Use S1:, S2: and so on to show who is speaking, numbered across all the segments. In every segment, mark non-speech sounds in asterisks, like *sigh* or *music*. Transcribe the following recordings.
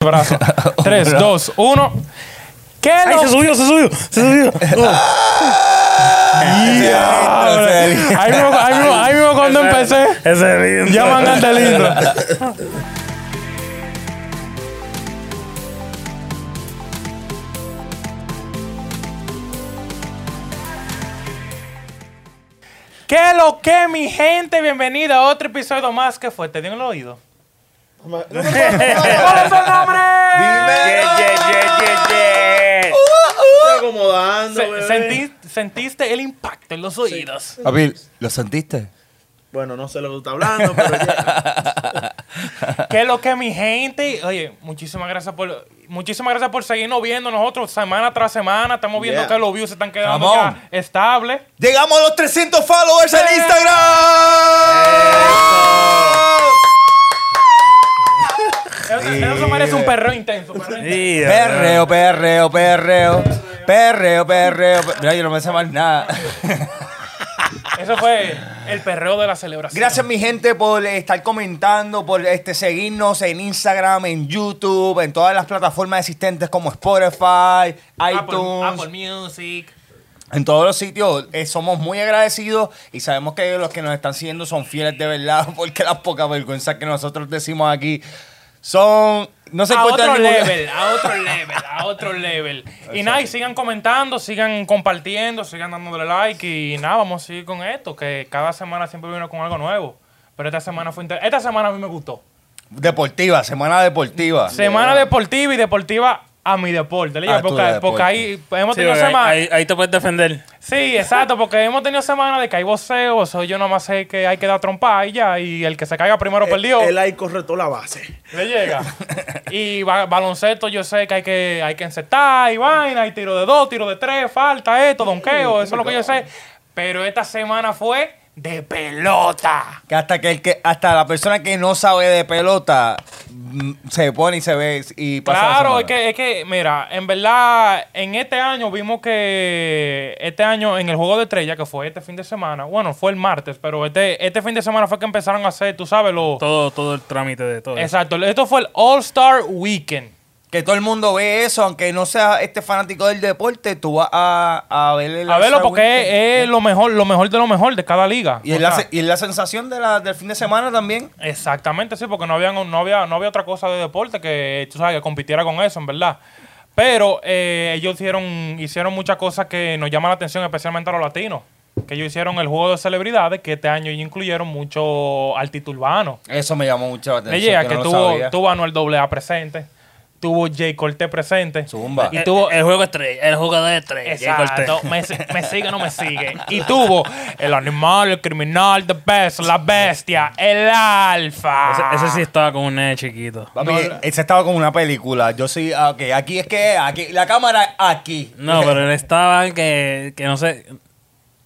S1: *laughs* brazo. 3, 2, 1. ¿Qué
S2: ¡Ay,
S1: no?
S2: se subió, se subió!
S3: *laughs*
S2: ¡Se subió! Oh,
S1: ¡Diablo! Ahí mismo, ahí mismo- ahí mismo cuando empecé,
S2: ¡Ese lindo!
S1: ya mandaste lindo. ¿Qué lo que, mi gente? Bienvenida a otro episodio más que fue. ¿Te dio en el oído? *laughs* ¿Cuál es tu nombre?
S2: Yeah, yeah, yeah, yeah, yeah.
S4: acomodando,
S1: Se-
S4: bebé.
S1: sentí- ¿Sentiste el impacto en los oídos?
S3: Papi, ¿lo sentiste?
S4: Bueno, no sé lo que está hablando,
S1: *laughs*
S4: pero ya.
S1: ¿Qué es lo que mi gente? Oye, muchísimas gracias por muchísimas gracias por seguirnos viendo nosotros semana tras semana. Estamos viendo
S4: Yeah.
S1: que los views se están quedando
S3: Ramón.
S1: ya estables.
S3: ¡Llegamos a los 300 followers en Instagram!
S1: Eso, eso se merece un perreo intenso. perreo intenso.
S2: Yeah.
S3: Perreo, perreo, perreo. Perreo, perreo. per- Mira, yo no me sé más nada.
S1: Eso fue el perreo de la celebración.
S3: Gracias, mi gente, por estar comentando, por este, seguirnos en Instagram, en YouTube, en todas las plataformas existentes como Spotify,
S1: Apple,
S3: iTunes.
S1: Apple ah, Music.
S3: En todos los sitios eh, somos muy agradecidos y sabemos que los que nos están siguiendo son fieles de verdad *laughs* porque las pocas vergüenzas que nosotros decimos aquí son... No se
S1: A
S3: encuentran
S1: otro
S3: en ningún-
S1: level, a otro level, a otro level. Y nada, y sigan comentando, sigan compartiendo, sigan dándole like y nada, vamos a seguir con esto, que cada semana siempre viene con algo nuevo. Pero esta semana fue inter- esta semana a mí me gustó.
S3: *laughs* Deportiva, semana deportiva.
S1: Semana deportiva y deportiva a mi deporte. ¿le?
S3: A tu
S1: porque,
S3: deporte.
S1: porque ahí hemos
S2: Sí,
S1: tenido
S2: porque ahí,
S1: semanas.
S2: ahí- ahí te puedes defender.
S1: Sí, exacto, porque hemos tenido semanas de que hay voceo, soy yo nomás sé que hay que dar trompa y ya, y el que se caiga primero perdió.
S4: Eh, El ahí corretó la base.
S1: Le llega. y ba- baloncesto, yo sé que hay que, hay que encetar y vaina, y tiro de dos, tiro de tres, falta esto, donqueo, eso es lo que yo sé. Pero esta semana fue de pelota.
S3: Que hasta que, el que hasta la persona que no sabe de pelota mm, se pone y se ve y pasa la
S1: Claro,
S3: semana.
S1: es que, es que, mira, en verdad, en este año vimos que este año en el juego de estrella, que fue este fin de semana, bueno, fue el martes, pero este, este fin de semana fue que empezaron a hacer, tú sabes, lo.
S2: Todo, todo el trámite de todo.
S1: Exacto, esto fue el All-Star Weekend.
S3: Que todo el mundo ve eso, aunque no sea este fanático del deporte, tú vas a, a ver el
S1: A verlo
S3: All-Star
S1: porque
S3: Weekend.
S1: es, es lo mejor, lo mejor de lo mejor de cada liga.
S3: Y es,
S1: O
S3: la,
S1: sea,
S3: se- y es la sensación de la- del fin de semana también.
S1: Exactamente, sí, porque no había, no, había, no había otra cosa de deporte que, tú sabes, que compitiera con eso, en verdad. Pero eh, ellos hicieron, hicieron muchas cosas que nos llaman la atención, especialmente a los latinos. Que ellos hicieron el juego de celebridades, que este año ellos incluyeron mucho artista urbano.
S3: Eso me llamó mucho la
S1: Le
S3: atención.
S1: llega
S3: que
S1: que,
S3: no lo
S1: tuvo,
S3: sabía.
S1: tuvo a Anuel AA presente, tuvo Jay Cortez presente.
S3: Zumba.
S1: Y
S2: El-
S1: tuvo
S2: el, juego estrella, el jugador estrella. Jay
S1: Exacto. *laughs*
S2: Cortez. *laughs*
S1: Me, si- me sigue o no me sigue. Y tuvo el animal, el criminal, the best, la bestia, el alfa.
S2: Ese, ese sí estaba con un nene chiquito.
S3: Papi, eh, ese estaba como una película. Yo sí, ah, ok, aquí es que aquí, la cámara aquí.
S2: No, pero él estaba que, que no sé.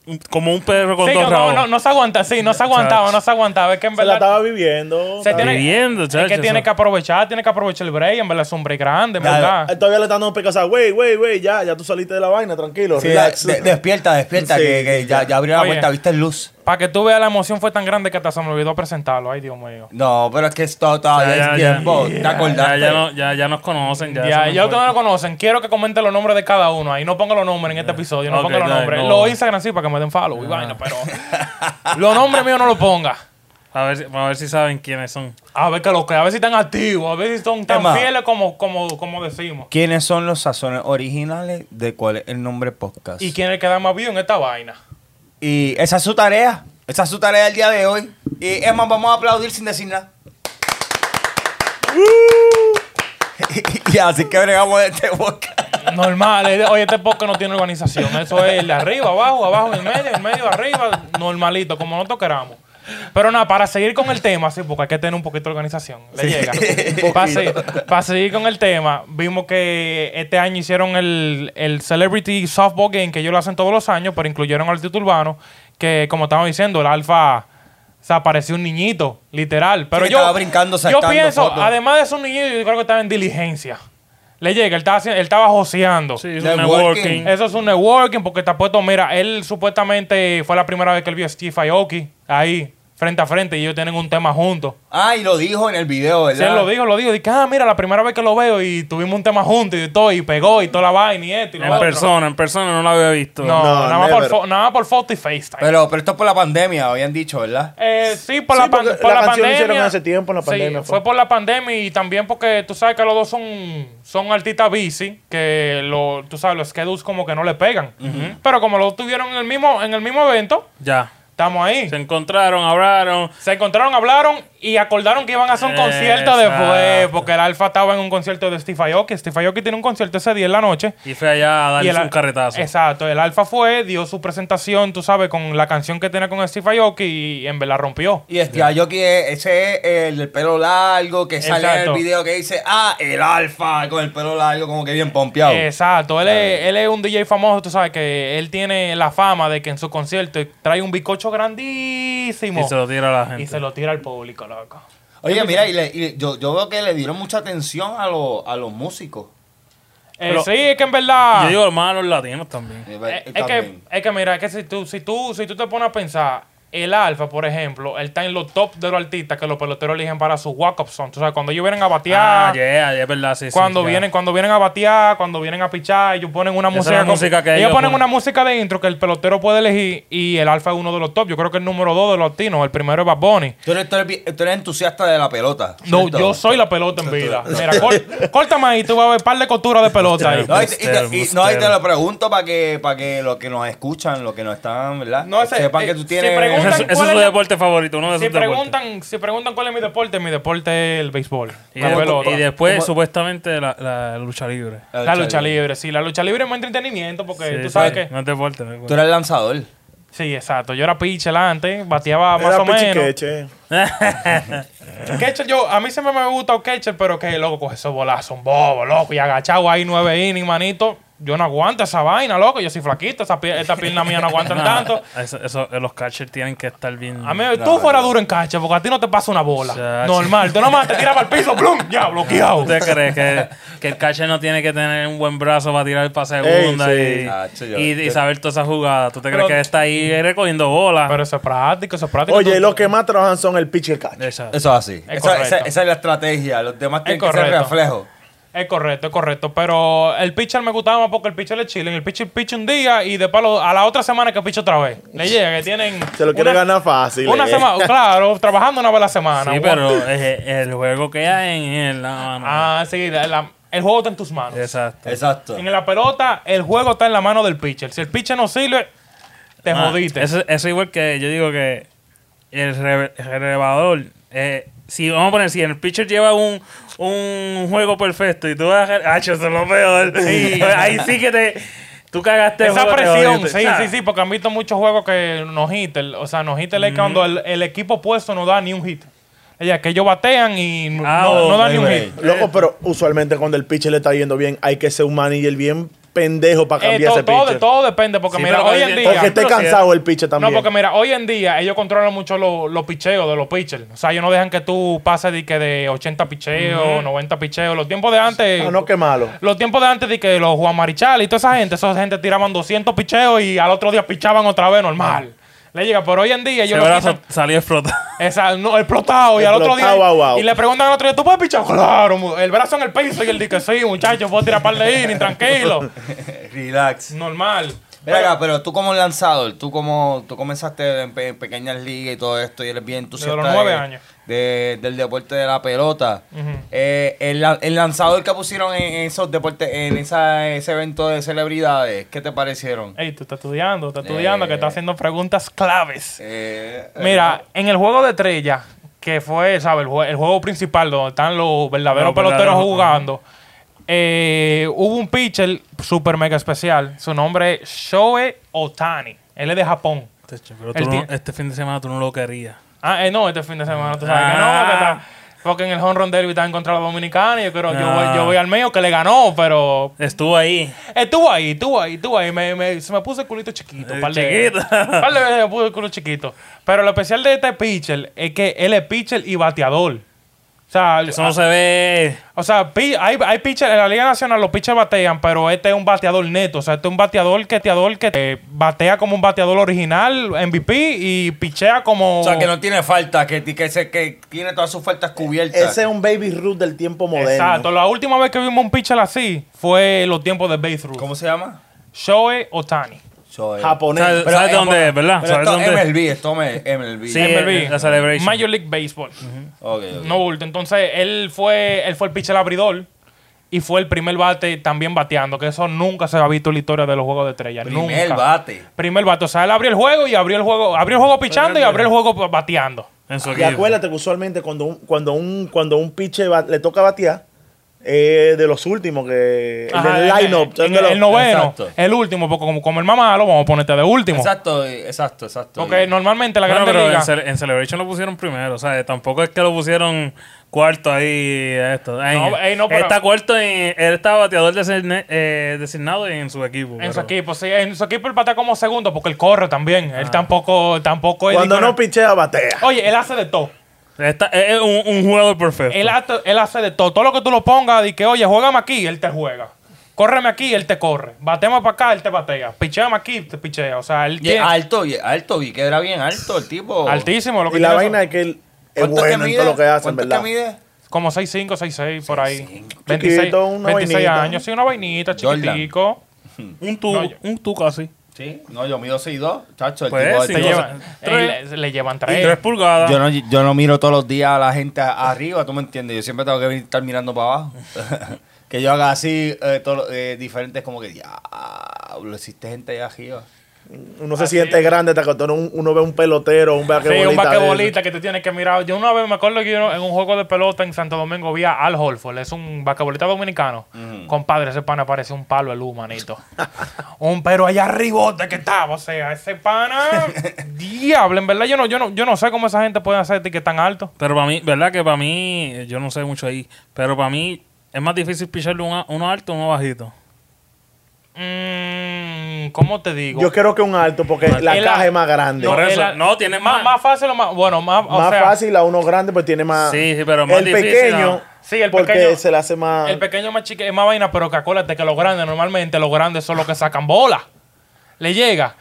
S2: un- Como un perro con
S1: Sí,
S2: dos
S1: no, no,
S2: rabos.
S1: no, no se aguanta, sí, no se aguantaba, no se aguantaba. Es que en
S4: Se la
S1: verdad.
S4: estaba viviendo.
S1: Se tiene,
S2: Viviendo,
S1: es que
S2: chacho,
S1: tiene
S2: eso.
S1: que aprovechar, tiene que aprovechar el break, en verdad es un break grande, en
S3: Claro.
S1: verdad.
S4: Él Todavía le están dando pecas. Güey, güey, güey, ya, ya tú saliste de la vaina,
S3: *laughs*
S4: tranquilo,
S3: Sí,
S4: relax.
S3: de- despierta, despierta,
S4: Sí,
S3: que, que ya, ya abrió la
S1: Oye.
S3: puerta, viste luz.
S1: Para que tú veas la emoción fue tan grande que hasta se me olvidó presentarlo. Ay, Dios mío.
S3: No, pero es que esto todavía
S2: Ya,
S3: es
S2: ya,
S3: tiempo.
S2: ya.
S3: ¿Te
S2: Ya,
S3: acordaste?
S2: ya no- ya- ya nos conocen. Ya,
S1: Ya,
S2: eso
S1: ya
S2: no
S1: ustedes no lo conocen. Quiero que comenten los nombres de cada uno. Ahí no pongan los nombres en este episodio. No
S2: Ok,
S1: pongan los
S2: dale,
S1: nombres.
S2: no. Ah.
S1: Los Instagram sí para que me den follow y vaina, pero. los nombres míos no los ponga.
S2: importa. a ver, si- a ver si saben quiénes son.
S1: A ver que los que, a ver si están activos, a ver si son tan
S3: Emma.
S1: fieles como, como, como decimos.
S3: ¿Quiénes son los sazones originales de cuál es el nombre podcast?
S1: ¿Y quién es el que da más view en esta vaina?
S3: Y esa es su tarea. Esa es su tarea del día de hoy. Y es más, vamos a aplaudir sin decir nada. *laughs* y así que bregamos este podcast.
S1: Normal, eh, oye, este podcast no tiene organización. Eso es el de arriba, abajo, abajo, en medio, en medio, arriba, normalito, como nosotros queramos. Pero nada, para seguir con el tema, sí, porque hay que tener un poquito de organización. Le llega. Para, se- para seguir con el tema, vimos que este año hicieron el, el Celebrity Softball Game, que ellos lo hacen todos los años, pero incluyeron al Tito Urbano, que como estamos diciendo, el Alfa. O sea, parecía un niñito, literal. Pero
S3: Sí,
S1: yo.
S3: estaba brincando,
S1: yo
S3: saltando
S1: pienso,
S3: fotos.
S1: además de ser un niñito, yo creo que estaba en diligencia. Le llega, él estaba, haciendo- él estaba joseando.
S2: Sí, es
S3: Networking.
S2: un networking.
S1: Eso es un networking porque te apuesto, mira, él supuestamente fue la primera vez que él vio a Steve Aoki ahí frente a frente y ellos tienen un tema juntos.
S3: Ah, y lo dijo en el video,
S1: Se
S3: ¿verdad?
S1: lo digo, lo digo. Dije, ah, mira, la primera vez que lo veo y tuvimos un tema juntos y todo, y pegó y toda la vaina y esto y lo
S2: En
S1: otro".
S2: persona, en persona no la había visto.
S1: No,
S4: No,
S1: nada, más por
S4: never.
S1: fo- nada más por foto y FaceTime.
S3: Pero, pero esto es por la pandemia, habían dicho, ¿verdad?
S1: Eh, sí, por,
S4: Sí,
S1: la, pan-
S4: porque
S1: por
S4: la
S1: la
S4: canción la
S1: pandemia.
S4: hicieron hace tiempo, en la
S1: Sí,
S4: pandemia
S1: fue.
S4: fue.
S1: por la pandemia y también porque tú sabes que los dos son, son artistas bici, que lo, tú sabes, los schedules como que no le pegan. Pero como los dos tuvieron en el mismo, en el mismo evento,
S2: Ya.
S1: estamos ahí.
S2: Se encontraron, hablaron.
S1: Se encontraron, hablaron y acordaron que iban a hacer un concierto
S2: Exacto.
S1: después, porque el Alfa estaba en un concierto de Steve Aoki. Steve Aoki tiene un concierto ese día en la noche.
S2: Y fue allá a
S1: Y
S2: darle
S1: el
S2: Ah, un
S1: al-
S2: carretazo.
S1: Exacto, el Alfa fue, dio su presentación, tú sabes, con la canción que tenía con Steve Aoki y en verdad rompió.
S3: Y este Ayoki, es- ese es el del pelo largo que sale en
S1: Exacto.
S3: el video que dice, ah, el alfa con el pelo largo, como que bien pompeado.
S1: Exacto, él es, él es un DJ famoso, tú sabes que él tiene la fama de que en su concierto trae un bizcocho grandísimo
S2: Y se lo tira a la gente.
S1: y se lo tira al público, loco.
S3: Oye, mira, y, le- y le- yo, yo veo que le dieron mucha atención a, lo- a los músicos.
S1: Eh,
S2: Pero-
S1: sí, es que en verdad...
S2: Yo digo, hermano, los latinos también.
S3: Eh,
S1: Eh, es, que,
S3: también.
S1: es que mira, es que si tú, si tú, si tú te pones a pensar, el Alfa, por ejemplo, él está en los top de los artistas que los peloteros eligen para sus walk-up songs. Tú sabes, cuando ellos vienen a
S2: Ah,
S1: batear,
S2: yeah, yeah, es verdad, sí, sí,
S1: cuando
S2: ya.
S1: vienen, cuando vienen a batear, cuando vienen a pichar, ellos ponen una
S2: Esa
S1: música.
S2: es la
S1: con-
S2: música que
S1: ellos,
S2: ellos
S1: ponen
S2: ponen.
S1: una música de intro que el pelotero puede elegir y el Alfa es uno de los top. Yo creo que el número dos de los latinos, el primero es Bad Bunny.
S3: Tú eres, tú eres bien- tú eres entusiasta de la pelota.
S1: No,
S3: ¿cierto?
S1: yo soy la pelota en vida. Mira, *laughs* cor- córtame ahí, tú vas a ver par de costuras de pelota *laughs* ahí.
S3: No, y, te- y te- y- no, y te
S2: Bustero.
S3: lo pregunto para que, para que los que nos escuchan, los que nos están, ¿verdad?
S1: No, ese-
S3: Sepan
S1: eh,
S3: que tú
S1: si
S3: tienes...
S2: Ese es-
S1: preguntan-
S2: ese es
S1: ¿Cuál es
S2: su
S1: la-
S2: deporte favorito, uno de
S1: Si
S2: sus deportes.
S1: preguntan, si preguntan cuál es mi deporte, mi deporte es el béisbol.
S2: Y,
S1: la
S2: de-
S1: pelota.
S2: y después,
S3: ¿Cómo-
S2: supuestamente, la, la lucha libre.
S1: La lucha libre, sí, la lucha libre es más entretenimiento porque
S2: Sí,
S1: tú sabes
S2: sí,
S1: que.
S2: No es deporte, no
S3: Tú
S2: es deporte.
S3: eres el lanzador.
S1: Sí, exacto. Yo era pitcher antes, bateaba más
S4: Era
S1: o menos.
S4: pichiqueche.
S1: *laughs* Catcher, yo, a mí siempre me gusta el catcher, pero que loco, coge esos bolazos, un bobo, loco, y agachado ahí nueve innings, manito. Yo no aguanto esa vaina, loco, yo soy flaquito, esa pier- esta pierna mía no
S2: *laughs*
S1: aguanta
S2: Nah,
S1: tanto.
S2: eso- eso- los catchers tienen que estar bien.
S1: A mí, tú fuera duro en catcher, porque a ti no te pasa una bola.
S2: Chacho.
S1: Normal, tú nomás te tiras para el piso, ¡blum!
S2: *laughs*
S1: Ya, bloqueado.
S2: ¿Usted cree que, que el catcher no tiene que tener un buen brazo para tirar para segunda
S4: Ey,
S2: y,
S4: sí.
S3: Chacho, yo-
S2: y- y
S3: yo-
S2: saber todas esas jugadas? ¿Tú te crees
S1: Pero-
S2: que está ahí recogiendo bolas?
S1: Pero eso es práctico, eso es práctico.
S4: Oye,
S1: Tú-
S4: y los que más trabajan son el pitch y el catch.
S2: Esa-
S3: Eso es así.
S1: Es
S3: esa, esa-
S1: correcto.
S3: esa es la estrategia. Los demás tienen que ser
S1: correcto.
S3: reflejos.
S1: Es correcto, es correcto. Pero el pitcher me gustaba más porque el pitcher es chile. El pitcher pitcha un día y después lo- a la otra semana que pitcha otra vez. Le llega que tienen.
S4: Se lo quiere
S1: una-
S4: ganar fácil.
S1: Una
S4: eh.
S1: semana, claro, trabajando una vez a la semana.
S2: sí,
S1: Bueno.
S2: pero es- el juego queda en él. no, mano.
S1: Ah, sí, la- la- el juego está en tus manos.
S2: Exacto.
S3: Exacto.
S1: En la pelota, el juego está en la mano del pitcher. Si el pitcher no sirve, te
S2: Ah,
S1: jodiste.
S2: Eso, eso igual que yo digo que el re- relevador. eh, si vamos a poner, si el pitcher lleva un, un juego perfecto y tú vas a. ¡Ah, eso es lo peor! *laughs* Pues
S1: Sí.
S2: Ahí sí que te. Tú cagaste el
S1: Esa
S2: juego, te
S1: presión,
S2: jodiste.
S1: sí,
S2: Ah,
S1: sí, sí, porque han visto muchos juegos que no hit. el- O sea, no hit el es cuando el, el equipo puesto no da ni un hit. Ella, que ellos batean y no,
S2: Ah,
S1: no- no dan
S2: ok,
S1: ni un
S2: güey.
S1: hit.
S4: Loco, pero usualmente cuando el pitcher le está yendo bien, hay que ser un manager bien pendejo para
S1: Eh,
S4: cambiar
S1: to-
S4: ese
S1: todo,
S4: pitcher.
S1: todo depende, porque
S2: Sí,
S1: mira,
S2: pero
S1: hoy en
S2: hoy en-
S1: día.
S4: Porque esté
S2: Pero si
S4: cansado el pitcher
S1: No,
S4: también.
S1: porque mira, hoy en día ellos controlan mucho los, los picheos de los pitchers. O sea, ellos no dejan que tú pases de, que de 80 picheos, 90 picheos. Los tiempos de antes.
S4: Ah, no, qué malo.
S1: Los tiempos de antes de que los Juan Marichal y toda esa gente, esa gente tiraban 200 picheos y al otro día pichaban otra vez normal. Le llega, pero hoy en día
S2: Ese
S1: ellos lo
S2: brazo
S1: quitan-
S2: salió explotado.
S1: esa, no, explotado y al otro día.
S4: Explotado, wow, wow.
S1: Y le preguntan al otro día, ¿tú puedes pichar? Claro, mu- el brazo en el piso y él dice, sí, muchachos, puedo tirar par de innings, tranquilo.
S3: *laughs* Relax.
S1: Normal.
S3: Mira acá, pero tú como lanzador, tú como tú comenzaste en, pe- en pequeñas ligas y todo esto y eres bien entusiasta
S1: los nueve años.
S3: de- del deporte de la pelota. Eh, el, la- el lanzador que pusieron en esos deportes, en esa- ese evento de celebridades, ¿qué te parecieron?
S1: Ey, tú estás estudiando, estás estudiando, que estás haciendo preguntas claves.
S3: Eh,
S1: Mira, en el juego de estrella, que fue, ¿sabes? El, jue- el juego principal donde están los verdaderos
S2: Los verdaderos,
S1: peloteros
S2: ajá.
S1: jugando, eh, hubo un pitcher super mega especial. Su nombre es Shohei Otani. Él es de Japón.
S2: Pero
S1: El
S2: tú
S1: tío-
S2: no- este fin de semana tú no lo querías.
S1: Ah, eh, no, este fin de semana, tú sabes que no,
S2: Ah.
S1: porque, está- porque en el Home Run Derby están contra los dominicanos. Yo creo, yo,
S2: Ah.
S1: voy, yo voy al medio que le ganó, pero
S2: Estuvo ahí.
S1: Estuvo ahí, estuvo ahí, estuvo ahí. Me, me- se me puso el culito chiquito.
S2: Eh,
S1: par de-
S2: chiquito.
S1: par de veces me puso el culo chiquito. Pero lo especial de este pitcher es que él es pitcher y bateador. O sea,
S2: Eso no se ve.
S1: o sea pi- hay, hay pitchers, en la Liga Nacional los pitchers batean, pero este es un bateador neto. O sea, este es un bateador que, bateador que eh, batea como un bateador original, MVP, y pichea como...
S3: O sea, que no tiene falta, que, que, se- que tiene todas sus faltas cubiertas.
S4: Ese es un baby root del tiempo moderno.
S1: Exacto. La última vez que vimos un pitcher así fue en los tiempos de Babe Ruth.
S3: ¿Cómo se llama?
S1: Shohei Otani.
S3: Soy.
S4: Japonés.
S2: ¿Sabes-
S4: Pero-
S2: sabes
S3: eh,
S2: dónde es,
S3: bueno,
S2: verdad?
S3: pero
S2: ¿Sabes
S3: esto
S2: dónde es?
S3: MLB, esto me- MLB.
S2: Sí. Eh, la Celebration.
S1: Major League Baseball.
S3: Ok, ok.
S1: No bulto. Entonces, él fue, él fue el pitcher abridor y fue el primer bate también bateando, que eso nunca se ha visto en la historia de los juegos de estrellas.
S3: Primer
S1: nunca.
S3: bate.
S1: Primer bate. O sea, él abrió el juego y abrió el juego, abrió el juego pichando y abrió el juego bateando.
S2: En su
S4: Y
S2: equipo.
S4: acuérdate que usualmente cuando un, cuando un, cuando un pitcher bat- le toca batear, eh, de los últimos que.
S1: Ajá,
S4: el
S1: en-
S4: line-up.
S1: en-
S4: son
S1: en
S4: de los-
S1: el noveno,
S3: Exacto.
S1: el último, porque como, como el más malo, vamos a ponerte de último.
S3: Exacto, eh, exacto, exacto.
S1: Porque normalmente la
S2: Bueno,
S1: gran
S2: pero
S1: liga.
S2: en, Cele- en Celebration lo pusieron primero, o sea, tampoco es que lo pusieron cuarto ahí a esto. Ay,
S1: No, ey, no,
S2: él
S1: pero-
S2: está cuarto en, él está bateador designe- eh, designado en su equipo.
S1: En su
S2: pero-
S1: equipo, sí. En su equipo él batea como segundo porque él corre también.
S2: Ah.
S1: Él tampoco, tampoco es
S4: Cuando
S1: ninguna-
S4: no pichea, batea.
S1: Oye, él hace de todo.
S2: Está- es un, un jugador perfecto.
S1: Él, hace- él hace de todo. Todo lo que tú lo pongas, de que, oye, juégame aquí, él te juega. Córreme aquí, él te corre. Batemos para acá, él te batea. Picheame aquí, te pichea. O sea, él
S3: Y es
S1: tiene...
S3: alto, y es alto, vi que era bien alto el tipo.
S1: Altísimo. Lo que
S4: Y la
S1: tiene
S4: vaina
S1: son
S4: es que él
S3: ¿Cuánto
S4: es
S3: es que
S4: bueno en
S3: mide?
S4: todo lo que hace, en
S3: ¿Cuánto es
S4: verdad.
S3: que mide?
S1: Como 6'5", 6'6", por ahí. 26,
S4: Chiquito, una
S1: 26
S4: vainita.
S1: años. Sí, una vainita,
S3: Jordan.
S1: chiquitico.
S2: un tú,
S1: No, yo-
S2: un tú casi.
S3: Sí, no, yo mido 6'2, chacho, el
S2: Pues,
S3: tipo
S2: sí,
S1: Te
S2: o
S1: lleva-
S2: sea,
S1: él- le, llevan tres.
S2: Tres pulgadas.
S3: Yo no, yo no miro todos los días a la gente a- arriba, tú me entiendes. Yo siempre tengo que venir- estar mirando para abajo. *laughs* que yo haga así, eh, todos los- eh, diferentes, como que diablo, existe gente allá arriba.
S4: Uno se siente grande hasta que uno, uno ve un pelotero, un
S1: Sí, un
S4: vaquebolita.
S1: vaquebolista que te tienes que mirar. Yo una vez me acuerdo que yo en un juego de pelota en Santo Domingo vi a Al Holford. Es un vaquebolista dominicano. Compadre, ese pana parece un palo de luz, manito. *laughs* un pero allá arribote que estaba. O sea, ese
S4: *laughs*
S1: pana... diablo, en verdad yo no, yo, no, yo no sé cómo esa gente puede hacer que tan alto.
S2: Pero para mí, ¿verdad? Que para mí, eh, yo no sé mucho ahí, pero para mí es más difícil picharle un a- uno alto o uno bajito.
S1: Mm, ¿Cómo te digo?
S4: Yo creo que un alto porque la
S1: El-
S4: caja es más grande.
S2: Por
S1: el-
S2: eso, no, tiene
S1: más.
S2: más.
S1: Más fácil o más... Bueno, más... o
S4: más
S1: sea,
S4: fácil a uno grande pues tiene más
S2: Sí, sí, pero más
S4: el
S2: difícil,
S4: pequeño
S2: ¿no?
S1: Sí, el
S4: porque
S1: pequeño-
S4: se le hace más
S1: El pequeño más chique es más vaina, pero que acuérdate que los grandes, normalmente los grandes son los que sacan bola. Le llega.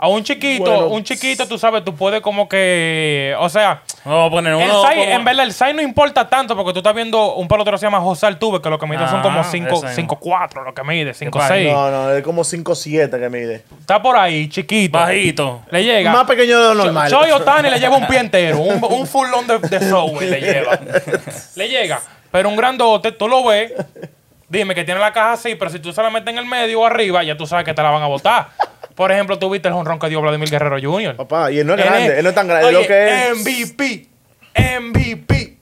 S1: A un chiquito,
S4: Bueno,
S1: un chiquito, tú sabes, tú puedes como que. O sea,
S2: Vamos a poner
S1: el
S2: uno.
S1: size,
S2: como-
S1: en verdad, el size no importa tanto porque tú estás viendo un pelotero que se llama José Altuve, que lo que mide son
S2: Ah,
S1: como
S2: ese mismo.
S1: 5'4, lo que mide,
S4: no
S1: 5'6.
S4: no es como 5 7 que mide
S1: Está por ahí, chiquito.
S2: Bajito.
S1: Le llega.
S4: más pequeño de lo normal
S1: Soy Otani le lleva un pie entero, un, un full on de, de Zoe le lleva. Le llega. Pero un grandote, tú lo ves, dime que tiene la caja así, pero si tú se la metes en el medio o arriba, ya tú sabes que te la van a botar. Por ejemplo, tú viste el jonrón que dio Vladimir Guerrero Jr.
S4: papá y él no es grande él no es tan grande
S1: oye,
S4: lo que es
S1: MVP, MVP,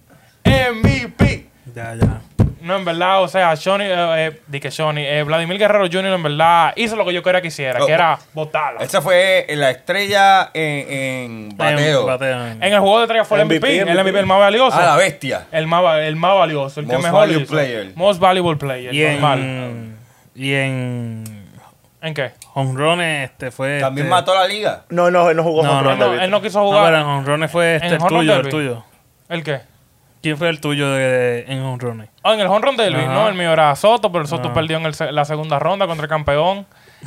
S1: MVP.
S2: Ya, ya.
S1: No, en verdad, o sea, Johnny, eh, eh, di que Johnny, eh, Vladimir Guerrero Jr. en verdad hizo lo que yo quería que hiciera,
S4: Oh.
S1: que era botarla.
S3: Esa fue la estrella en, en bateo.
S2: En- bateo, en-
S1: En el juego de estrellas fue el MVP,
S4: MVP,
S1: el MVP, el más valioso.
S3: A
S4: Ah,
S3: la
S2: Este.
S3: bestia.
S1: El más, va- el más valioso, el que
S3: Most
S1: mejor
S3: valuable
S1: hizo.
S3: player.
S1: Most valuable player.
S2: Y
S1: normal.
S2: en. Y en.
S1: ¿En qué?
S2: Honrones, este fue.
S3: También
S2: este-
S3: mató la liga.
S4: no no él no jugó
S2: No,
S4: con
S2: no,
S4: Ron
S1: No,
S4: David.
S1: él no quiso
S2: No,
S1: jugar.
S2: pero en honrones fue este
S1: ¿En
S2: el
S1: jonrón
S2: tuyo, el
S1: derby?
S2: tuyo.
S1: ¿El qué?
S2: ¿Quién fue el tuyo de, de- en honrones?
S1: Ah, en el home run derby,
S2: Ajá.
S1: ¿no? El mío era Soto, pero Soto perdió en el se- la segunda ronda contra el campeón.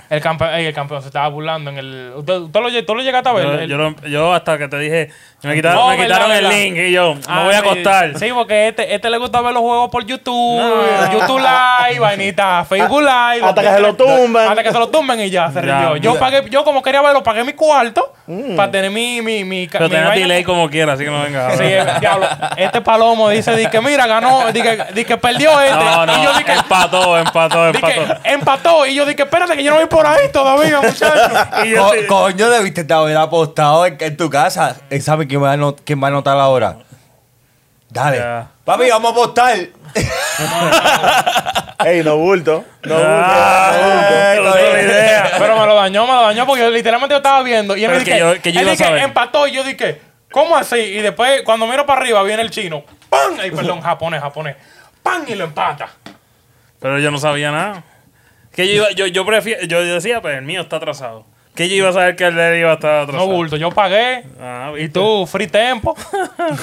S1: El, campe- ey, el campeón se estaba burlando en el... ¿Usted, usted lo, lle- tú lo llegaste a ver?
S2: Yo,
S1: El-
S2: yo lo- yo hasta que te dije, me quitaron,
S1: No,
S2: me
S1: verdad,
S2: quitaron el
S1: verdad.
S2: link y yo, me
S1: Ah,
S2: voy a
S1: sí.
S2: acostar.
S1: Sí, porque este, este le gusta ver los juegos por YouTube, YouTube Live,
S2: *laughs*
S1: vainita, Facebook Live.
S4: hasta que se lo tumben.
S1: Hasta que se lo tumben y ya se
S2: Ya,
S1: rindió. Yo
S3: mira.
S1: pagué, yo como quería verlo, pagué mi cuarto
S4: Mm.
S1: para tener mi, mi, mi, ca-
S2: Pero
S1: mi
S2: tenés
S1: vaina.
S2: delay como quieras, así que no venga.
S1: Sí, eh, diablo. Este palomo dice, di que mira, ganó, di que, di que perdió este.
S2: No,
S1: Y
S2: no,
S1: yo di que,
S2: empató, empató,
S1: di
S2: empató.
S1: que empató. Y yo dije, espérate que yo no voy por ahí todavía, muchachos.
S2: Y
S3: Co-
S2: yo sí-
S3: coño, debiste te haber apostado en, en tu casa. Eh, ¿Sabes quién va a, no- quién va a anotar ahora? Dale.
S2: Ya.
S3: Papi, vamos a apostar.
S4: ey no bulto no
S2: Ah,
S3: no,
S2: no tengo ni idea.
S1: Pero me lo dañó, me lo dañó porque yo literalmente yo estaba viendo. Y él
S2: Pero
S1: me
S2: es
S1: dije,
S2: que yo- que yo
S1: él
S2: iba a
S1: dije,
S2: saber.
S1: empató. Y yo dije, ¿cómo así? Y después, cuando miro para arriba, viene el chino. ¡Pam! Ay, perdón, japonés, japonés. ¡Pam! Y lo empata.
S2: Pero yo no sabía nada. Que yo, iba- yo, yo prefiero, yo decía, pues el mío está atrasado. Que yo iba a saber que el de él iba a estar atrás.
S1: No bulto, yo pagué.
S2: Ah,
S1: Y tú, free
S2: *laughs*
S1: tempo.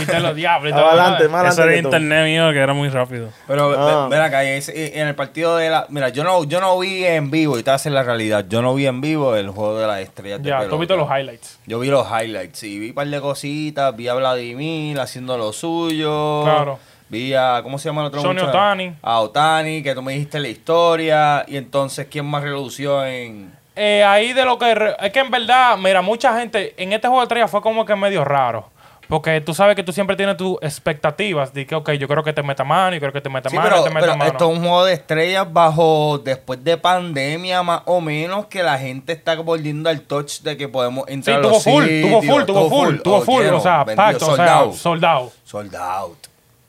S1: y te lo diablo. y te lo-
S4: Adelante, más adelante.
S2: Eso era
S4: que tú.
S2: internet mío que era muy rápido.
S3: Pero ve-
S4: Ah.
S3: ven acá, y ese- y en el partido de la. Mira, yo no, yo no vi en vivo, y te hace la realidad. Yo no vi en vivo el juego de las estrellas. de
S1: Ya, tú
S3: pelota.
S1: viste los highlights.
S3: Yo vi los highlights, sí. Vi un par de cositas. Vi a Vladimir haciendo lo suyo.
S1: Claro.
S3: Vi a. ¿Cómo se llama el otro
S1: Shohei
S3: muchacho?
S1: Ohtani.
S3: A Otani, que tú me dijiste la historia. Y entonces, ¿quién más relució en.?
S1: Eh, ahí de lo que. re- Es que en verdad, mira, mucha gente. En este juego de estrellas fue como que medio raro. Porque tú sabes que tú siempre tienes tus expectativas. De que, ok, yo creo que te meta mano, yo creo que te meta
S3: Sí,
S1: mano,
S3: pero,
S1: te meta
S3: pero
S1: mano.
S3: esto es un juego de estrellas bajo después de pandemia más o menos que la gente está volviendo al touch de que podemos
S1: Sí,
S3: entrar a
S1: tuvo
S3: los
S1: full, tuvo
S3: sitios,
S1: full, tuvo full, tuvo
S3: Oh,
S1: full,
S3: lleno,
S1: o sea,
S3: vendido,
S1: pacto, o
S3: sold
S1: sea,
S3: out.
S1: soldado.
S3: Sold out.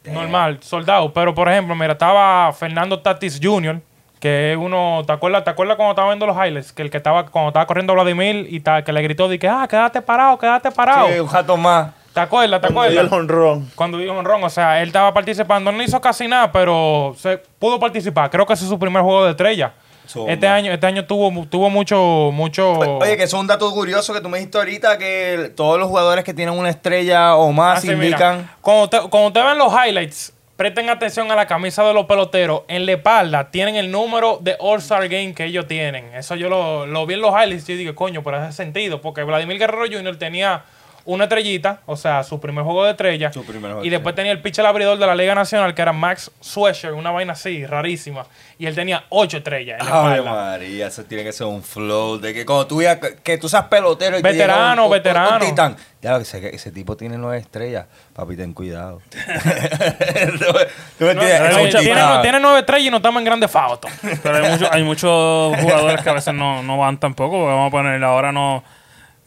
S3: Damn.
S1: Normal, soldado. Pero, por ejemplo, mira, estaba Fernando Tatis Jr., que es uno, ¿te acuerdas, ¿te acuerdas cuando estaba viendo los highlights? Que el que estaba, cuando estaba corriendo Vladimir y ta- que le gritó, dije, ah, quédate parado, quédate parado.
S3: Sí, un jato más.
S1: ¿Te acuerdas, te
S4: Cuando dio el
S1: acuerdas?
S4: honrón.
S1: Cuando dio un ron, o sea, él estaba participando, no hizo casi nada, pero se pudo participar. Creo que ese es su primer juego de estrella.
S3: Zumba.
S1: Este año, este año tuvo, mu- tuvo mucho, mucho.
S3: Pues, Oye, que eso es un dato curioso que tú me dijiste ahorita que todos los jugadores que tienen una estrella o más
S1: Así, Ah, mira,
S3: indican.
S1: cuando, te, cuando te ven los highlights, presten atención a la camisa de los peloteros. En la espalda tienen el número de All-Star Game que ellos tienen. Eso yo lo, lo vi en los highlights y yo dije, coño, pero hace sentido. Porque Vladimir Guerrero Jr. tenía una estrellita, o sea, su primer juego de estrella.
S3: Su primer juego
S1: y
S3: de
S1: después tenía el pitcher abridor de la Liga Nacional, que era Max Swisher, una vaina así, rarísima. Y él tenía ocho estrellas en la
S3: Ay,
S1: espalda.
S3: María, eso tiene que ser un flow. De que cuando tú, ya- que tú seas pelotero y te
S1: Veterano,
S3: llega un- un- un
S1: veterano.
S3: titán. Ya lo que sé, que ese tipo tiene nueve estrellas. Papi,
S1: *laughs*
S3: ten cuidado. *laughs* ¿Tú me
S1: No,
S3: entiendes? Es un
S1: tiene, tiene-
S3: titán.
S1: tiene nueve estrellas y no estamos en grandes fautos.
S2: Pero hay, mucho- hay muchos jugadores que a veces no, no van tampoco. porque Vamos a poner, ahora no.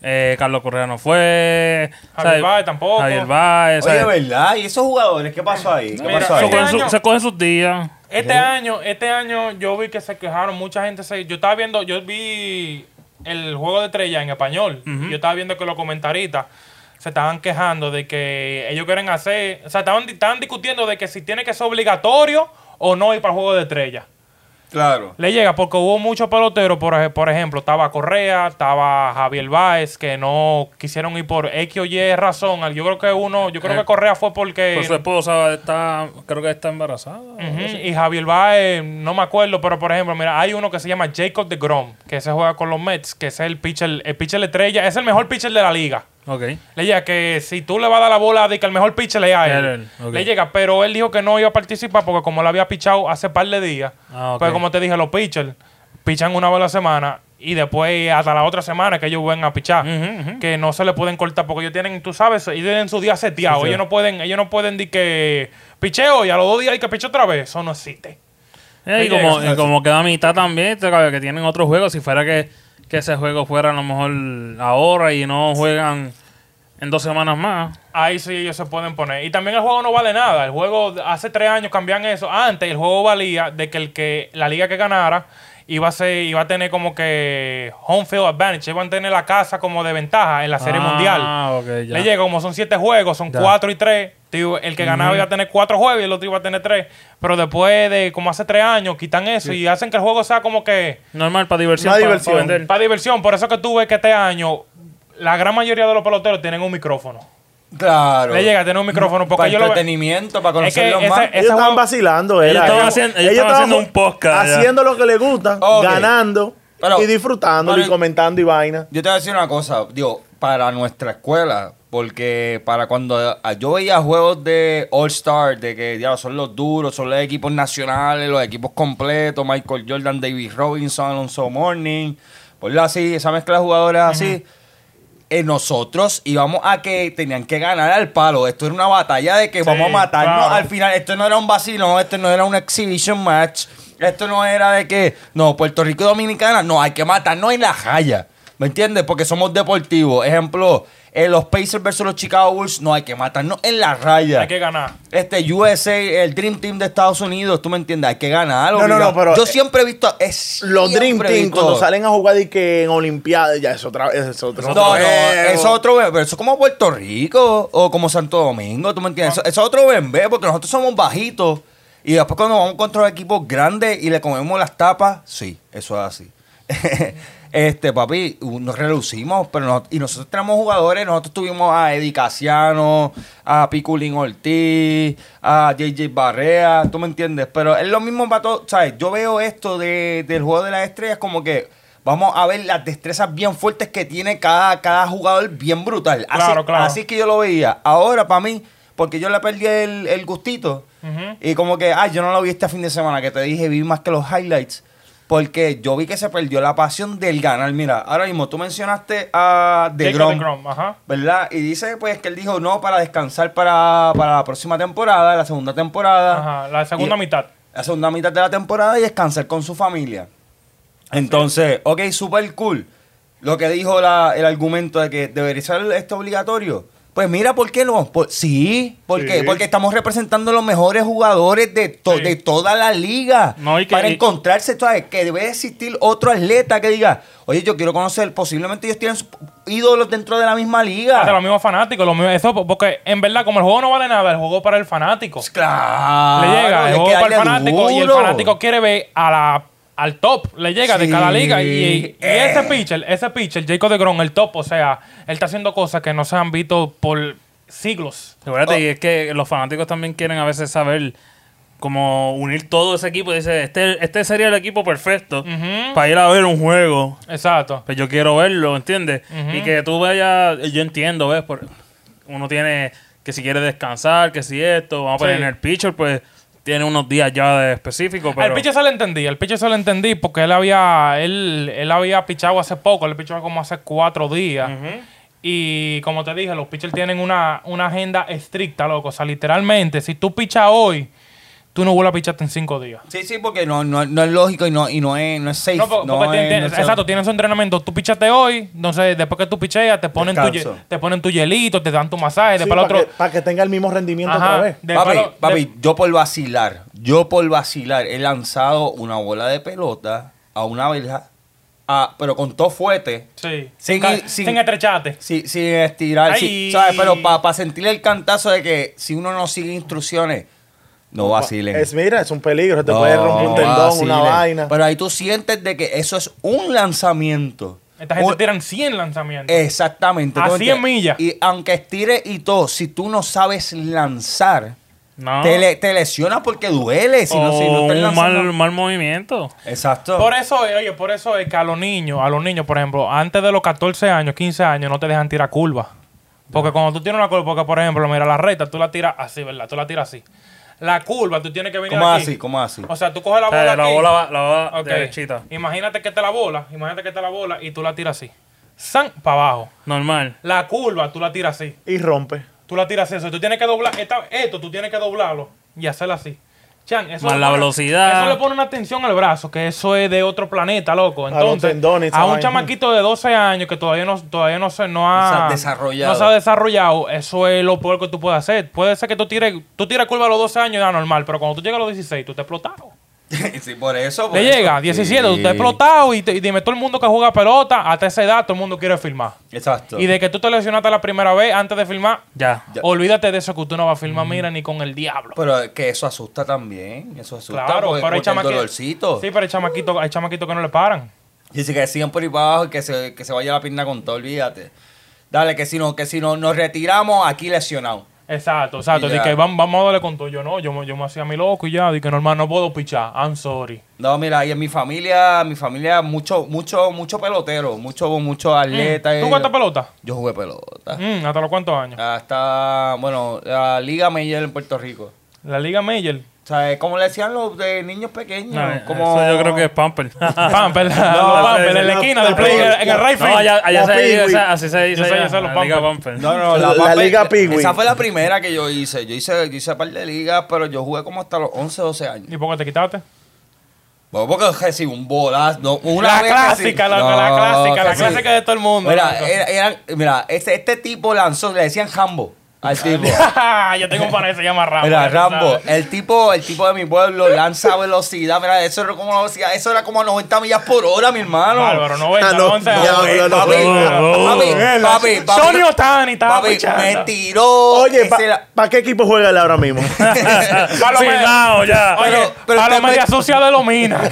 S2: eh, Carlos Correa no fue.
S1: Javier
S2: ¿sabes?
S1: Baez tampoco.
S2: Javier Baez.
S3: Oye,
S2: ¿sabes?
S3: ¿verdad? ¿Y esos jugadores qué pasó ahí? ¿Qué
S1: Mira,
S3: pasó
S2: se,
S3: ahí?
S1: este
S2: cogen su-
S1: año-
S2: se cogen sus días.
S1: Este año, este año yo vi que se quejaron, mucha gente se... Yo estaba viendo, yo vi el juego de estrella en español. Yo estaba viendo que los comentaristas se estaban quejando de que ellos quieren hacer... O sea, estaban, estaban discutiendo de que si tiene que ser obligatorio o no ir para el juego de estrella.
S3: Claro.
S1: Le llega porque hubo muchos peloteros, por, ej- por ejemplo, estaba Correa, estaba Javier Báez, que no quisieron ir por X o Y razón. Yo creo que uno, yo creo
S2: Eh,
S1: que Correa fue porque...
S2: Pues su esposa está. Creo que está embarazada.
S1: Ujú, Y Javier Baez, no me acuerdo, pero por ejemplo, mira, hay uno que se llama Jacob de Grom, que se juega con los Mets, que ese es el pitcher, el pitcher estrella, es el mejor pitcher de la liga.
S2: Ok. Eh,
S1: Le llega que si tú le vas a dar la bola de que el mejor pitcher le a él.
S2: Él, él, ok.
S1: Le llega, pero él dijo que no iba a participar porque como le había pichado hace par de días,
S2: Ah, ok.
S1: pues como te dije, los pitchers pichan una vez a la semana y después hasta la otra semana que ellos van a pichar, que no se le pueden cortar porque ellos tienen, tú sabes, ellos tienen su día seteado,
S2: Sí, sí.
S1: ellos no pueden, ellos no pueden di que picheo y a los dos días hay que pichar otra vez, eso no existe.
S2: Eh, y
S1: Oye,
S2: como,
S1: eso-
S2: y como queda a mitad también, te cabe que tienen otros juegos. Si fuera que, que ese juego fuera a lo mejor ahora y no juegan en dos semanas más.
S1: Ahí sí ellos se pueden poner. Y también el juego no vale nada. El juego, hace tres años cambian eso. Antes el juego valía de que el que la liga que ganara iba a ser, iba a tener como que home field advantage. Iban a tener la casa como de ventaja en la serie
S2: Ah,
S1: mundial.
S2: ok, ya.
S1: Le llega, como son siete juegos, son
S2: Ya.
S1: cuatro y tres. tío, el que ganaba iba a tener cuatro juegos y el otro iba a tener tres. Pero después de como hace tres años, quitan eso y hacen que el juego sea como que
S2: Normal, para diversión.
S4: Una
S2: pa- pa
S4: diversión.
S2: vender.
S1: para diversión. Por eso que tú ves que este año la gran mayoría de los peloteros tienen un micrófono.
S3: Claro.
S1: Le llega a tener un micrófono porque
S3: para
S1: yo lo ve-
S3: entretenimiento, para
S1: Es que
S3: conocerlos
S1: ese-
S3: más.
S1: ese
S4: Ellos estaban
S1: juego-
S4: vacilando,
S2: Ellos
S4: era.
S2: estaban haciendo- ellos estaban haciendo un podcast, ya.
S4: Haciendo lo que les gusta,
S3: Ok.
S4: ganando
S3: Pero-
S4: y disfrutando
S3: pero-
S4: y comentando y vaina.
S3: Yo te voy a decir una cosa, digo, para nuestra escuela, porque para cuando a- yo veía juegos de All-Star, de que ya son los duros, son los equipos nacionales, los equipos completos, Michael Jordan, David Robinson, Alonso Morning, por así, esa mezcla de jugadores así. eh, nosotros íbamos a que tenían que ganar al palo. Esto era una batalla de que vamos a matarnos
S1: claro.
S3: al final. Esto no era un vacilón, esto no era un exhibition match. Esto no era de que, no, Puerto Rico y Dominicana, no, hay que matarnos en la jaya. ¿Me entiendes? Porque somos deportivos. Ejemplo, en los Pacers versus los Chicago Bulls, no, hay que matarnos en la raya.
S1: Hay que ganar.
S3: Este USA, el Dream Team de Estados Unidos, tú me entiendes, hay que ganar.
S4: No, no,
S3: obligado.
S4: no, pero- eh,
S3: Yo siempre he visto. Es,
S4: Los Dream
S3: siempre he
S4: Team,
S3: visto-
S4: cuando salen a jugar y que en Olimpiadas, ya es otra. Es otro,
S3: No, no,
S4: juego.
S3: es otro bebé, pero eso es como Puerto Rico o como Santo Domingo, ¿tú me entiendes? Eso, eso es otro bebé, porque nosotros somos bajitos y después cuando vamos contra los equipos grandes y le comemos las tapas, sí, eso es así. *laughs* Este, papi, nos relucimos, pero nos- y nosotros tenemos jugadores, nosotros tuvimos a Eddie Casiano, a Piculín Ortiz, a JJ Barrea, tú me entiendes, pero es lo mismo para todos, ¿sabes? Yo veo esto de- del juego de las estrellas como que vamos a ver las destrezas bien fuertes que tiene cada, cada jugador bien brutal. Así,
S1: Claro, claro.
S3: así es que yo lo veía. Ahora, para mí, porque yo le perdí el, el gustito, y como que, ah, yo no lo vi este fin de semana, que te dije, vi más que los highlights. Porque yo vi que se perdió la pasión del ganar. Mira, ahora mismo tú mencionaste a The
S1: Jacob
S3: Grom,
S1: DeGrom, ajá.
S3: ¿verdad? Y dice pues que él dijo no para descansar para, para la próxima temporada, la segunda temporada.
S1: Ajá, la segunda
S3: Ah. Y-
S1: mitad.
S3: la segunda mitad de la temporada y descansar con su familia. Entonces, ok, super cool. Lo que dijo la- el argumento de que debería ser esto obligatorio. Pues mira, ¿por qué no? Por- sí, ¿por
S4: Sí.
S3: qué? Porque estamos representando los mejores jugadores de, to-
S1: Sí.
S3: de toda la liga.
S2: No, y que-
S3: para
S2: y-
S3: encontrarse, tú sabes, que debe existir otro atleta que diga, oye, yo quiero conocer, posiblemente ellos tienen su- ídolos dentro de la misma liga.
S1: Hasta los mismos fanáticos, los mismos- eso, porque en verdad, como el juego no vale nada, el juego para el fanático.
S3: Pues Claro.
S1: le llega,
S3: hay
S1: el
S3: que
S1: juego para el
S3: darle
S1: fanático y el
S3: duro.
S1: fanático quiere ver a la, al top, le llega de
S3: Sí.
S1: cada liga. Y, y
S3: Eh.
S1: ese pitcher, ese pitcher, Jacob de Grom, el top, o sea, él está haciendo cosas que no se han visto por siglos.
S2: Recuérdate,
S3: Oh.
S2: y es que los fanáticos también quieren a veces saber como unir todo ese equipo. Dice, este, este sería el equipo perfecto
S1: Ujú.
S2: para ir a ver un juego.
S1: Exacto.
S2: Pues yo quiero verlo, ¿entiendes? Y que tú vayas, yo entiendo, ¿ves? Por- uno tiene que si quiere descansar, que si esto, vamos a poner
S1: Sí.
S2: en el pitcher, pues tiene unos días ya de específicos. Pero...
S1: El pitcher se lo entendí, el pitcher se lo entendí porque él había, él, él había pichado hace poco, él pichó como hace cuatro días. Y como te dije, los pitchers tienen una, una agenda estricta, loco. O sea, literalmente, si tú pichas hoy, tú no vuelves a picharte en cinco días.
S3: Sí, sí, porque no, no, no es lógico y no, y no es, no es safe.
S1: No, po- porque,
S3: no
S1: tienen-
S3: es-
S1: tienen-
S3: no es-
S1: exacto, tienen su entrenamiento. Tú pichaste hoy, entonces después que tú picheas, te ponen, tu,
S3: Descanso.
S1: ye- te ponen tu hielito, te dan tu masaje, después el
S4: para,
S1: otro.
S4: que, pa' que tenga el mismo rendimiento
S1: Ajá,
S4: otra vez.
S1: de-
S3: papi,
S1: después lo-
S3: papi, yo por vacilar, yo por vacilar he lanzado una bola de pelota a una verja, a- pero con todo fuete,
S1: Sí.
S3: Sin-
S1: Ca-
S3: sin-
S1: sin estrecharte.
S3: sin, sin estirar,
S1: Ay.
S3: sin- ¿sabes? Pero para sentir el cantazo de que si uno no sigue instrucciones, no vacilen.
S4: Es, mira, es un peligro. Te
S3: No,
S4: puede romper
S3: no
S4: un tendón, una
S3: vacilen.
S4: vaina.
S3: Pero ahí tú sientes de que eso es un lanzamiento.
S1: Esta gente
S3: Un-
S1: tiran 100 lanzamientos.
S3: Eh, Exactamente.
S1: A
S3: ¿tú me
S1: 100
S3: entiendes?
S1: millas.
S3: Y aunque estire y todo, si tú no sabes lanzar,
S1: Ah.
S2: No.
S3: te, le- te lesionas porque duele. Si no, si no
S2: O
S3: estás
S2: un
S3: lanzando.
S2: mal, mal movimiento.
S3: Exacto.
S1: Oh,
S3: *laughs*
S1: Por eso, eh, oye, por eso es que a los niños, a los niños, por ejemplo, antes de los 14 años, 15 años, no te dejan tirar curvas. Porque cuando tú tienes una curva, porque por ejemplo, mira, la recta, tú la tiras así, ¿verdad? Tú la tiras así. La curva, tú tienes que venir
S3: ¿Cómo
S1: aquí.
S3: así? ¿Cómo así?
S1: O sea, tú coges la
S2: O sea,
S1: bola
S2: Eh, la
S1: aquí.
S2: bola va, la bola
S1: Ok.
S2: derechita.
S1: Imagínate que te la bola, imagínate que te la bola y tú la tiras así. San, para abajo.
S2: Normal.
S1: La curva, tú la tiras así.
S4: Y rompe.
S1: Tú la tiras así. O sea, tú tienes que doblar. esta- esto tú tienes que doblarlo y hacerla así. Chan, eso
S2: Más
S1: le
S2: la
S1: pone-
S2: velocidad.
S1: Eso le pone una tensión al brazo, que eso es de otro planeta, loco.
S4: los
S1: Entonces,
S4: tendones, esa
S1: a un
S4: vaina.
S1: chamaquito de 12 años que todavía no, todavía no se no ha
S3: No se ha desarrollado.
S1: no se ha desarrollado, eso es lo peor que tú puedes hacer. Puede ser que tú tires, tú tires curva a los 12 años y da normal, pero cuando tú llegas a los 16, tú te explotaron.
S3: sí, por eso. por
S1: Le
S3: eso.
S1: llega 17,
S3: Sí.
S1: tú estás explotado y, te- y dime todo el mundo que juega pelota, hasta esa edad todo el mundo quiere filmar.
S3: Exacto.
S1: Y de que tú te lesionaste la primera vez antes de filmar,
S2: Ya.
S3: Ya. Mm.
S1: olvídate de eso que tú no vas a filmar, mira, ni con el diablo.
S3: Pero es que eso asusta también. Eso asusta.
S1: claro,
S3: porque-
S1: pero hay
S3: porque el
S1: chamaquitos.
S3: dolorcito.
S1: Sí, pero hay chamaquitos hay chamaquito que no le paran.
S3: Dice que sigan por ahí para abajo y que se, que se vaya la pierna con todo, olvídate. Dale, que si, no, que si no, nos retiramos aquí lesionado.
S1: Exacto, exacto.
S3: Y
S1: De
S3: ya.
S1: que vamos, vamos a darle con todo. Yo no, yo, me- yo me hacía mi loco y ya. De que normal, no puedo pichar. I'm sorry.
S3: No, mira, y en mi familia, mi familia, mucho, mucho, mucho pelotero, mucho, mucho atleta.
S1: ¿Tú cuántas pelota?
S3: Yo jugué pelota.
S1: Mm, ¿Hasta los cuántos
S3: Ah.
S1: años?
S3: Hasta, bueno, la Liga Mayor en Puerto Rico.
S1: La Liga Major.
S3: O sea, como le decían los de niños pequeños.
S2: No,
S1: Ah,
S3: como...
S2: Eso yo creo que es Pamper.
S3: Ah. *laughs*
S1: Pamper, los Pamper, en la
S4: no,
S1: esquina
S4: no,
S1: del play,
S4: no,
S1: en el right
S2: No,
S1: field.
S2: allá, allá
S4: La
S2: se dice,
S4: Pee-wee.
S2: así se dice.
S1: Yo sé,
S2: allá,
S1: yo sé, los
S2: la Liga
S1: Pampers.
S2: Pampers.
S3: No, no,
S4: La
S3: Pamper-
S4: Liga Piggy.
S3: Esa fue la primera que yo hice. Yo hice, yo hice un par de ligas, pero yo jugué como hasta los 11, 12 años.
S1: ¿Y por qué te quitaste?
S3: Bueno, porque recibí un bolazo. no, una
S1: La
S3: vez recibí-
S1: clásica, la,
S3: No,
S1: la clásica, la
S3: recibí-
S1: clásica de todo el mundo.
S3: Mira, eh.
S1: loco.
S3: era- eran- mira este, este tipo lanzó, le decían Hambo. al tipo.
S1: *laughs* Yo tengo un pana que se llama Rambo.
S3: Mira,
S1: ya tú
S3: Rambo,
S1: sabes.
S3: el tipo, el tipo de mi pueblo lanza a velocidad, mira, eso era como una velocidad, eso era como a 90 millas por hora, mi hermano.
S1: Bárbaro, 90,
S4: Ah, no,
S1: 11,
S4: no,
S1: ahora.
S4: no, no,
S3: Papi,
S2: no,
S3: papi,
S2: no.
S3: papi, papi.
S1: Sony Otani estaba
S3: Papi, me
S1: *laughs* pichando.
S3: tiró.
S4: Oye,
S3: ese la-
S4: ¿para qué equipo juega él
S3: *laughs*
S4: ahora mismo?
S1: Paloma-
S2: Silao, ya.
S1: Oye,
S3: Pero- pero
S1: a pues. la
S3: usted me-
S1: media sucia de
S3: *laughs*
S1: Lomina.
S4: *laughs*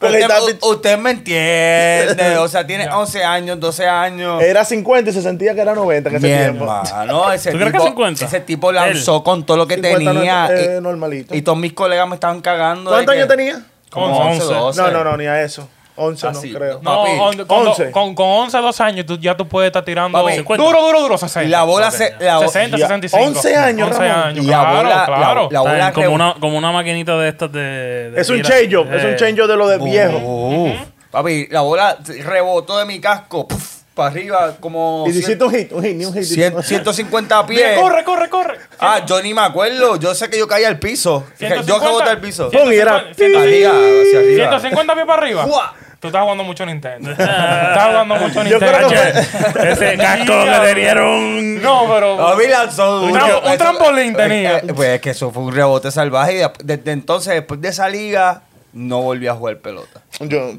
S3: Pero
S4: Porque
S3: usted,
S4: está-
S3: u- usted me
S4: *laughs*
S3: entiende, o sea, tiene 11 años, 12 años.
S4: Era 50 y se sentía que era 90 en ese
S3: Mi
S4: Eh, tiempo.
S3: hermano, ese
S2: ¿Tú crees que
S3: tipo,
S2: 50?
S3: ese tipo lanzó con todo lo que
S4: 50 no-
S3: tenía.
S4: eh,
S3: y-
S4: normalito.
S3: Y todos mis colegas me estaban cagando. de
S4: ¿Cuántos años
S3: que-
S4: tenía?
S3: Como
S1: 11,
S3: 11, 12.
S4: No, no, no, ni a eso. 11
S3: Así.
S4: no creo.
S1: No,
S3: Papi,
S1: on- con,
S4: 11.
S1: con, con 11, 12 años tú, ya tú puedes estar tirando.
S3: Papi,
S1: 50. Duro, duro, duro, 60.
S3: La bola se. La,
S1: 60,
S4: Ya.
S1: 65.
S4: 11 años,
S1: 11
S4: Ramón.
S1: años,
S3: la
S1: claro,
S3: bola.
S1: claro.
S3: La, la bola.
S2: Está bien, como,
S3: re-
S2: una, como una maquinita de estas de. de
S4: Es un
S2: mira,
S4: change-up,
S2: eh,
S4: es un change-up de lo de viejo.
S3: Uf.
S1: Oh.
S3: Papi, la bola rebotó de mi casco. para arriba, como.
S4: Y si hiciste un hit, un hit, ni un hit.
S3: cien- cien- 150
S1: Mira,
S3: pies.
S1: corre, corre, corre.
S3: Ah, *laughs* yo ni me acuerdo. Yo sé que yo caí al piso. Yo que boté al piso.
S4: Pum, y era-
S1: 150,
S3: Arriba, hacia arriba.
S1: 150 pies para arriba.
S3: Fua.
S1: Tú estás jugando mucho
S3: *laughs*
S1: Nintendo. estás jugando mucho
S4: Yo creo
S1: Nintendo.
S4: que
S2: Ese casco
S1: Diablo.
S2: que tenían un.
S1: No, pero.
S3: A mí lanzó
S1: Un
S3: duro.
S1: trampo- un
S3: Eso-
S1: trampolín
S3: eh,
S1: tenía.
S3: eh, pues es que eso fue un rebote salvaje. Y de- desde entonces, después de esa liga, no volví a jugar pelota.
S4: Yo,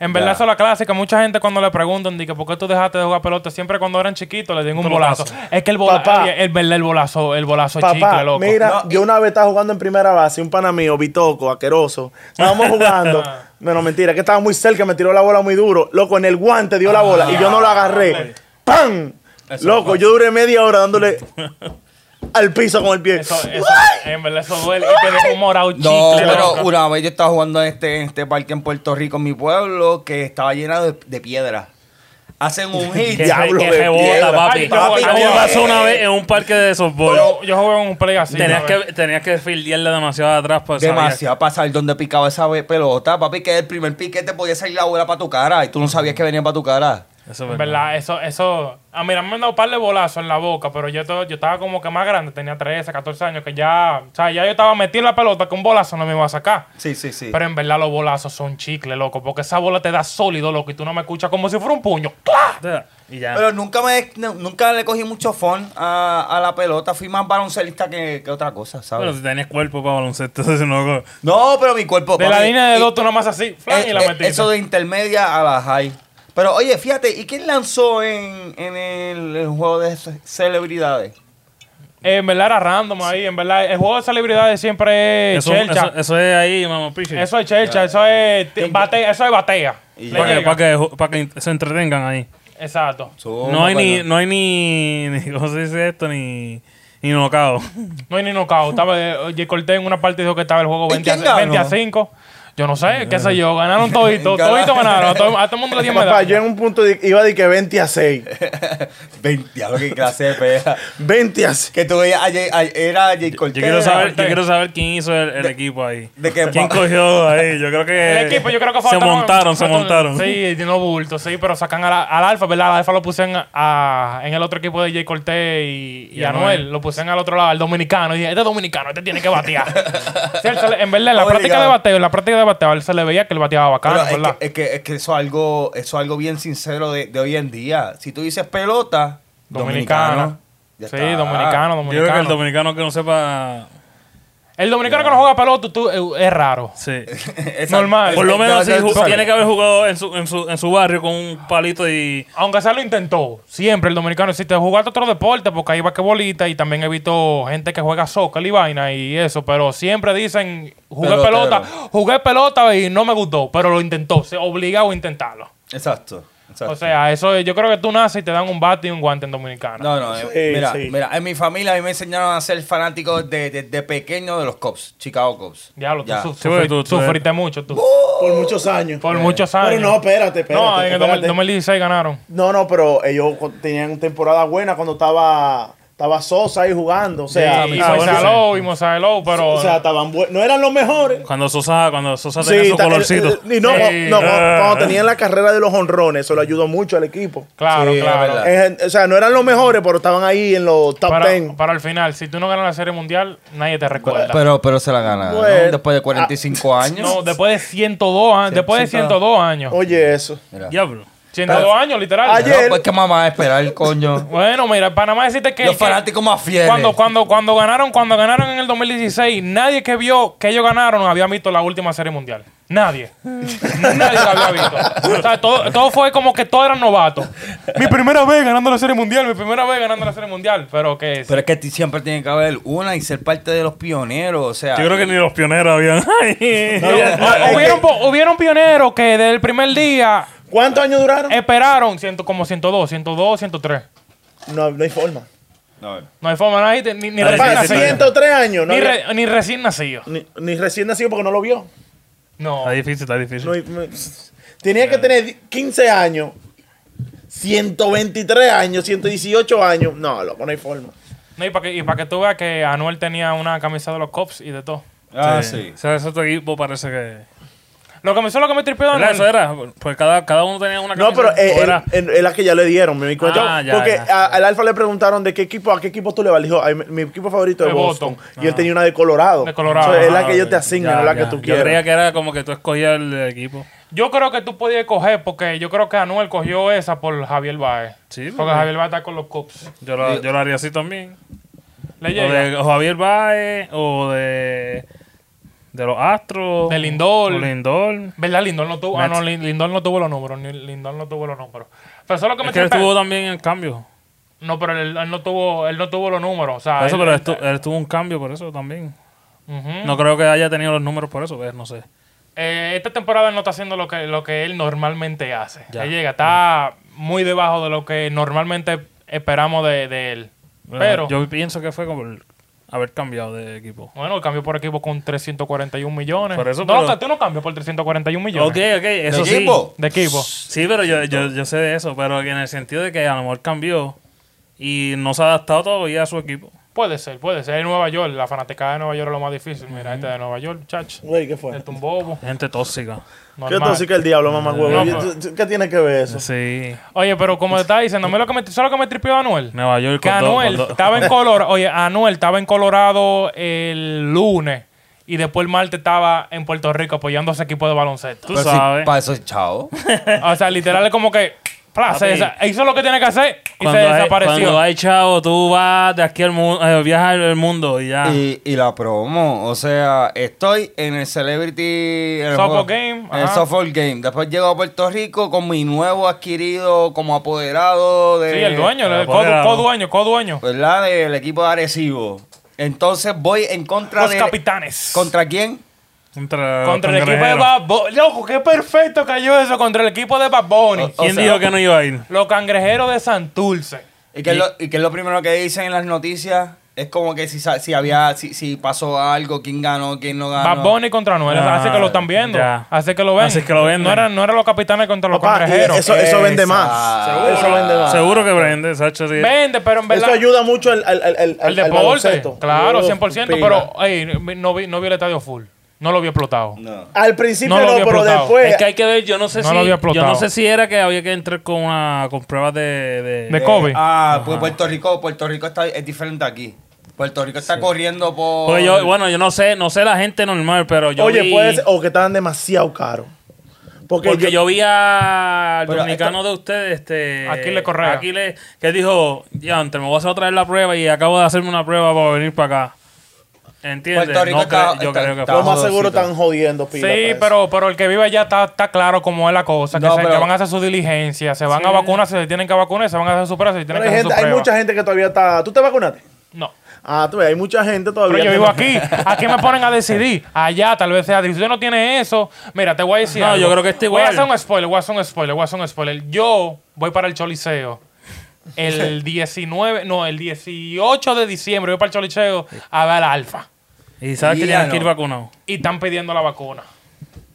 S1: En verdad,
S3: Ya.
S1: eso es la clásica. Mucha gente cuando le preguntan, dice, ¿por qué tú dejaste de jugar pelota? Siempre cuando eran chiquitos le den un bolazo. Es que el
S4: Papá.
S1: bolazo, el verdad, el bolazo, el bolazo es
S4: Papá,
S1: Pues chicle, loco.
S4: mira, yo una vez estaba jugando en primera base, un pana mío, Bitoco, aqueroso. Estábamos
S1: *laughs*
S4: jugando.
S1: Ah.
S4: No, no, mentira, que estaba muy cerca, me tiró la bola muy duro. Loco, en el guante dio la bola y yo no la
S1: Ah,
S4: agarré. ¡Pam! Loco, yo duré media hora
S1: *laughs*
S4: dándole al piso con el pie.
S1: Eso, eso, en verdad, eso duele. Y te deja un morado chicle.
S3: No,
S1: loco.
S3: pero una vez yo estaba jugando en este, en este parque en Puerto Rico, en mi pueblo, que estaba llenado de, de piedra. Hacen
S2: *laughs*
S3: un hit.
S2: Que,
S4: Diablo
S2: que
S4: de
S2: rebota,
S3: piedra.
S1: Ay,
S2: papi.
S1: papi,
S2: A mí me
S1: ¿cómo
S2: pasó
S3: es?
S2: una vez en un parque de softball.
S1: Yo, yo jugué en un play así.
S2: tenías,
S1: una vez.
S2: que, tenías que fildearle demasiado atrás para salir.
S3: Demasiado pasar donde picaba esa ve- pelota, papi, que el primer piquete podía salir la bola para tu cara y tú no sabías que venía para tu cara.
S2: Eso
S1: En
S2: es verdad.
S1: verdad, eso, eso. Ah, mira, me han dado un par de bolazos en la boca, pero yo, to- yo estaba como que más grande, tenía 13, 14 años, que ya. O sea, ya yo estaba metido en la pelota que un bolazo no me iba a sacar.
S3: Sí, sí, sí.
S1: Pero en verdad los bolazos son chicle, loco, porque esa bola te da sólido, loco, y tú no me escuchas como si fuera un puño. ¡Cla!
S2: Y ya.
S3: Pero nunca me nu- nunca le cogí mucho fun a, a la pelota. Fui más baloncelista que, que otra cosa,
S2: Pero
S3: ¿sabes?
S2: si tenías cuerpo para baloncesto, *laughs* eso no.
S3: no, pero mi cuerpo.
S1: De la
S3: papi,
S1: línea de
S3: y-
S1: dos, tú nomás así, flan,
S3: eh,
S1: y la
S3: eh,
S1: metiste.
S3: Eso de intermedia a la high. Pero oye, fíjate, ¿y quién lanzó en, en el, el juego de ce- celebridades?
S1: Eh, en verdad era random ahí, en verdad. El juego de celebridades siempre es
S2: Eso,
S1: chelcha.
S2: eso,
S1: Eso,
S2: eso es ahí, mamá piche.
S1: es chelcha, eso es t- bate, eso es batea.
S3: Y
S1: Le
S3: ya.
S2: Para que,
S1: llega.
S2: para, que, para que se entretengan ahí.
S1: Exacto.
S2: No
S3: *laughs*
S2: hay ni, no hay ni, ni- *laughs* ¿cómo se dice esto? Ni, ni knockout.
S1: No hay ni knockout. Estaba eh, J. Cortés en una parte dijo que estaba el juego
S3: ¿Y
S1: 20 a,
S3: quién ganó?
S1: 20 a 5. Yo no sé, qué sé yo.
S3: *laughs*
S1: Ganaron todito. todito ganaron. A todo, a todo el mundo le dio
S4: Papá, yo
S1: medalla.
S4: en un punto de- iba de que 20
S3: *laughs*
S4: a 6.
S3: 20, a lo que clase de pera.
S4: 20 a 6.
S3: Que tú veías, a Jay- a- era Jay Cortez.
S2: Yo quiero saber,
S1: Cortés.
S2: yo quiero saber quién hizo el, el equipo ahí.
S3: de que
S2: ¿Quién
S3: pa-
S2: cogió ahí? Yo creo que.
S1: El equipo yo creo que
S2: Eh, Se
S1: faltaron-
S2: montaron, se
S1: faltaron-
S2: montaron.
S1: Sí, no bulto, sí, pero sacan a la- al Alfa, ¿verdad? Al Alfa lo pusieron a- en el otro equipo de Jay Cortés y, y
S2: Y
S1: Anuel.
S2: Anuel.
S1: Lo pusieron al otro lado, al dominicano. Y dije, este es dominicano, este tiene que
S2: *laughs*
S1: batear. Sí, él se le- en verdad, en la
S3: Obligado.
S1: práctica de bateo, en la práctica de bateo, a él se le veía que él bateaba bacano,
S3: Pero es,
S1: ¿verdad?
S3: que, es, que, es que eso es algo, eso es algo bien sincero de, de hoy en día. Si tú dices pelota,
S1: Dominicano.
S3: dominicano. eh, ya
S1: sí,
S3: está. *laughs*
S1: dominicano,
S2: Yo creo que el
S1: dominicano.
S2: dominicano que no sepa.
S1: El dominicano que no juega pelota tú- tú- es raro.
S2: Sí.
S3: Esa-
S1: Normal.
S2: Por lo
S3: esa-
S2: menos sí,
S3: esa- esa-
S2: ju- tiene que haber jugado en su, en, su, en su barrio con un palito y.
S1: Aunque se lo intentó, siempre el dominicano existe. Jugaste otro deporte porque hay basquetbolista y también he visto gente que juega soccer y vaina y eso, pero siempre dicen, jugué
S3: Pelotero.
S1: pelota, jugué pelota y no me gustó, pero lo intentó, se obligado a intentarlo.
S3: Exacto. exacto.
S1: O sea, eso es- yo creo que tú naces y te dan un bate y un guante en dominicano.
S3: No, no, eh,
S4: Sí,
S3: mira,
S4: sí.
S3: mira, en mi familia a mí me enseñaron a ser fanático desde de, de pequeño de los Cubs, Chicago Cubs.
S1: Diablo, tú,
S3: Ya.
S1: su-
S2: Sí, porque tú-
S1: sufri-
S2: tú eres-
S1: sufriste mucho tú.
S4: Por muchos años.
S1: por muchos años.
S4: Pero no, espérate, espérate.
S1: no, en el
S4: espérate.
S1: 2016 ganaron.
S4: No, no, pero ellos cu- tenían temporada buena cuando estaba, estaba Sosa ahí jugando. O sea,
S1: y
S2: ah, bueno,
S1: Moisalo, y Moisalo, pero...
S4: o sea estaban buen- no eran los mejores.
S2: Cuando Sosa, cuando Sosa tenía su
S4: ta-
S2: colorcito.
S4: eh, eh, y no,
S1: Sí.
S4: cu- no, cu-
S2: Ah.
S4: cuando tenían la carrera de los honrones, eso le ayudó mucho al equipo.
S1: claro,
S3: Sí, es
S1: claro.
S3: verdad.
S4: Eh, o sea, no eran los mejores, pero estaban ahí en los top
S1: Para,
S4: 10.
S1: para el final, si tú no ganas la Serie Mundial, nadie te recuerda.
S3: Pero, pero se la gana, ¿no?
S4: Bueno,
S3: Después de 45 años.
S1: No, después de 102 años. Después de 102 años.
S4: Oh, Oye, eso.
S3: Mira.
S2: Diablo.
S1: 82 años, literal.
S4: Ayer-
S3: No, pues que mamá esperar, coño.
S1: Bueno, mira, Panamá decirte que.
S3: Los
S1: que-
S3: fanáticos más fieles.
S1: Cuando, cuando, cuando ganaron, cuando ganaron en el 2016, nadie que vio que ellos ganaron había visto la última serie mundial. Nadie. nadie la había visto. O sea, todo, todo fue como que todos eran novatos. Mi primera vez ganando la serie mundial, mi primera vez ganando la serie mundial. Pero que
S3: Pero es que ti- siempre tiene que haber una y ser parte de los pioneros. O sea,
S2: Yo creo que ni los pioneros habían. *laughs* Ay.
S1: No,
S4: Eh,
S1: no, hubieron, po- hubieron pioneros que desde el primer día
S4: ¿Cuántos años duraron?
S1: Eh, esperaron ciento, como 102, 102, 103.
S4: No, no hay forma.
S3: No,
S1: No hay forma, no hay- ni, ni
S2: Ay,
S1: recién
S4: Pa,
S2: sí, sí, sí.
S1: nacido.
S4: 103 años. No
S1: Ni,
S4: había-
S1: re- ni recién nacido.
S4: ni, ni recién nacido porque no lo vio.
S1: No.
S2: Está difícil, está difícil.
S4: No hay- no- tenía que tener 15 años, 123 años, 118 años. No, loco, no hay forma.
S1: No, y para que, y pa' que tú veas que Anuel tenía una camisa de los Cops y de todo.
S3: Ah, sí.
S2: O sea, ese otro equipo parece que.
S1: Lo que me hizo lo que me tripeó de
S2: ¿Verdad? Eso
S1: Anuel.
S2: era. Pues cada, cada uno tenía una
S4: No, pero
S2: camisa. ¿O
S4: eh, él,
S2: era?
S4: él- él es la que ya le dieron, me di cuenta.
S2: Ah, ya,
S4: porque
S2: ya.
S4: a- al Alfa le preguntaron de qué equipo, a qué equipo tú le vas. Le dijo, "Ay, mi, mi equipo favorito es
S1: De
S4: Boston.
S1: Boston.
S4: Y él tenía una de Colorado.
S1: De Colorado,
S4: So, es la
S1: ajá,
S4: que ellos te asignan,
S2: ah, Ya,
S4: no la
S2: ya.
S4: que tú
S2: Yo creía
S4: quieras.
S2: que era como que tú escogías el equipo.
S1: Yo creo que tú podías coger, porque yo creo que Anuel cogió esa por Javier Baez.
S2: Sí,
S1: porque
S2: porque-
S1: Javier Baez está con los Cops.
S2: Yo lo, yo lo haría así también.
S1: Le
S2: O
S1: llega.
S2: de Javier Baez, o de. De los Astros.
S1: De Lindor.
S2: O Lindor.
S1: ¿Verdad? Lindor no tuvo. Ah,
S2: Mets.
S1: no, Lin- Lindor no tuvo los números. ni- Lindor no tuvo los números. Pero eso es lo que me
S2: Es que él
S1: tripeó.
S2: tuvo también el cambio.
S1: No, pero él, él no tuvo, él no tuvo los números. O sea,
S2: Por eso,
S1: Ah, él- Mm.
S2: pero él, tu- él tuvo un cambio por eso también.
S1: Ujú.
S2: No creo que haya tenido los números por eso, pues, no sé.
S1: Eh, esta temporada él no está haciendo lo que, lo que él normalmente hace.
S2: Ya.
S1: Él llega, está muy debajo de lo que normalmente esperamos de, de él. Pero,
S2: Yo pienso que fue como el- haber cambiado de equipo.
S1: bueno, él cambió por equipo con 341 millones.
S2: Por eso,
S1: no,
S2: pero-
S1: o sea, tú no cambias por 341 millones
S2: Ok, ok, eso sí.
S3: equipo?
S1: de equipo.
S2: Sí, pero yo, yo, yo sé de eso, pero que en el sentido de que a lo mejor cambió y no se ha adaptado todavía a su equipo.
S1: Puede ser, puede ser. En Nueva York, la fanaticada de Nueva York es lo más difícil. Mira, gente de Nueva York, chacho.
S4: Güey, ¿qué fue?
S1: Es un bobo.
S2: Gente tóxica.
S4: Yo
S1: normal.
S4: te sí que el diablo, mamá
S1: No,
S4: huevo.
S1: pero-
S4: Yo- tú- ¿Qué tiene que ver eso?
S2: Sí.
S1: Oye, pero como te estaba diciendo, a mí lo que me, solo que me tripió Anuel.
S2: Nueva York
S1: Que
S2: con dos-
S1: Anuel
S2: con dos-
S1: estaba
S2: *laughs*
S1: en Colorado. Oye, Anuel estaba en Colorado el lunes y después el martes estaba en Puerto Rico apoyando a ese equipo de baloncesto.
S2: Tú sabes.
S3: para eso, chao.
S1: o sea, literal es como que pla, se
S2: Papi.
S1: desa- hizo lo que tiene que hacer y se
S2: Cuando hay, cuando
S1: desapareció.
S2: hay chavo, tú vas de aquí al mundo, viajas al mundo y
S1: Ah.
S2: ya.
S3: Y, y la promo, o sea, estoy en el Celebrity... en el
S1: Softball
S3: juego-
S1: Game,
S3: En el
S1: ajá.
S3: Softball Game. Después llego a Puerto Rico con mi nuevo adquirido como apoderado de...
S1: Sí, el dueño, el
S2: Pero
S1: co-
S2: apoderado.
S1: co-dueño, co-dueño.
S3: ¿Verdad? Del equipo de Arecibo. Entonces voy en contra
S1: Los
S3: de...
S1: capitanes.
S3: ¿Contra quién?
S2: Contra,
S1: Contra el
S2: los
S1: equipo de
S2: cangrejeros.
S1: Bad Bunny. Loco, qué perfecto cayó eso contra el equipo de Bad Bunny.
S3: O- o-
S2: ¿Quién
S3: sea-
S2: dijo que no iba a ir?
S1: Los cangrejeros de Santurce.
S3: ¿Y qué, es lo, y qué es lo primero que dicen en las noticias? Es como que si, sa- si había, si, si pasó algo, quién ganó, quién no ganó.
S1: Bad Bunny contra Anuel.
S2: Ah,
S1: Así que lo están viendo.
S2: ya.
S1: Así que lo ven.
S2: Así que lo ven.
S1: No eran, no eran los capitanes contra los
S4: Papá, y
S1: cangrejeros.
S4: eso, eso vende más.
S3: Exacto.
S4: Eso vende más.
S2: Seguro que prende, Sacho. Sí.
S1: Vende, pero en verdad.
S4: Eso ayuda mucho al, al, al, al,
S1: al
S4: al
S1: deporte.
S4: baloncesto.
S1: Claro,
S4: Yo,
S1: 100%.
S4: pila.
S1: Pero ey, no, vi, no vi el estadio full. No lo vi explotado.
S3: No.
S4: Al principio
S1: No lo
S4: no,
S1: había
S4: pero
S1: explotado.
S4: después.
S2: Es que hay que ver, yo no sé
S1: No
S2: si.
S1: lo había
S2: yo
S1: explotado.
S2: no sé si era que había que entrar con, una, con pruebas de. de-
S1: De COVID.
S3: Ah, pues Puerto Rico, Puerto Rico está, es diferente aquí. Puerto Rico está corriendo por...
S2: Porque yo, bueno, yo no sé, no sé la gente normal, pero yo.
S4: Oye,
S2: vi,
S4: puede ser. O que estaban demasiado caros. Porque,
S2: Porque yo vi al
S3: Pero
S2: dominicano de ustedes, este.
S1: Aquiles Correa.
S2: Aquiles, que dijo, ya, antes me voy a hacer otra vez la prueba y acabo de hacerme una prueba para venir para acá. ¿Entiendes?
S3: Puerto Rico
S2: No
S3: está-
S2: creo- yo
S3: está-
S2: creo que
S3: está-
S4: lo más
S3: Jodoncito.
S4: seguro están jodiendo,
S1: Sí,
S4: pila, pues. para eso.
S1: pero, pero el que vive allá está, está claro cómo es la cosa. Que,
S3: No,
S1: se, que
S3: pero-
S1: van a hacer su diligencia, se van a vacunar, se tienen que vacunar, se van a hacer su prueba, se tienen que
S4: Pero hay,
S1: hacer
S4: gente,
S1: su
S4: hay
S1: prueba.
S4: mucha gente que todavía está. ¿Tú te vacunaste?
S1: No.
S4: Ah, tú ves, hay mucha gente todavía.
S1: Pero yo
S4: que
S1: vivo
S4: no- Eh,
S1: aquí. Aquí me ponen a decidir. Allá tal vez sea. Si usted no tiene eso, mira, te voy a decir.
S2: No,
S1: algo.
S2: yo creo que está
S1: Voy a
S2: igual.
S1: hacer un spoiler, voy a hacer un spoiler, voy a hacer un spoiler. Yo voy para el Choliseo. El 19, no, el 18 de diciembre voy para el Choliseo a ver al Alfa.
S2: Y sabes que
S3: Ya
S2: tienes que ir
S3: no.
S2: vacunado.
S1: Y están pidiendo la vacuna. Ah.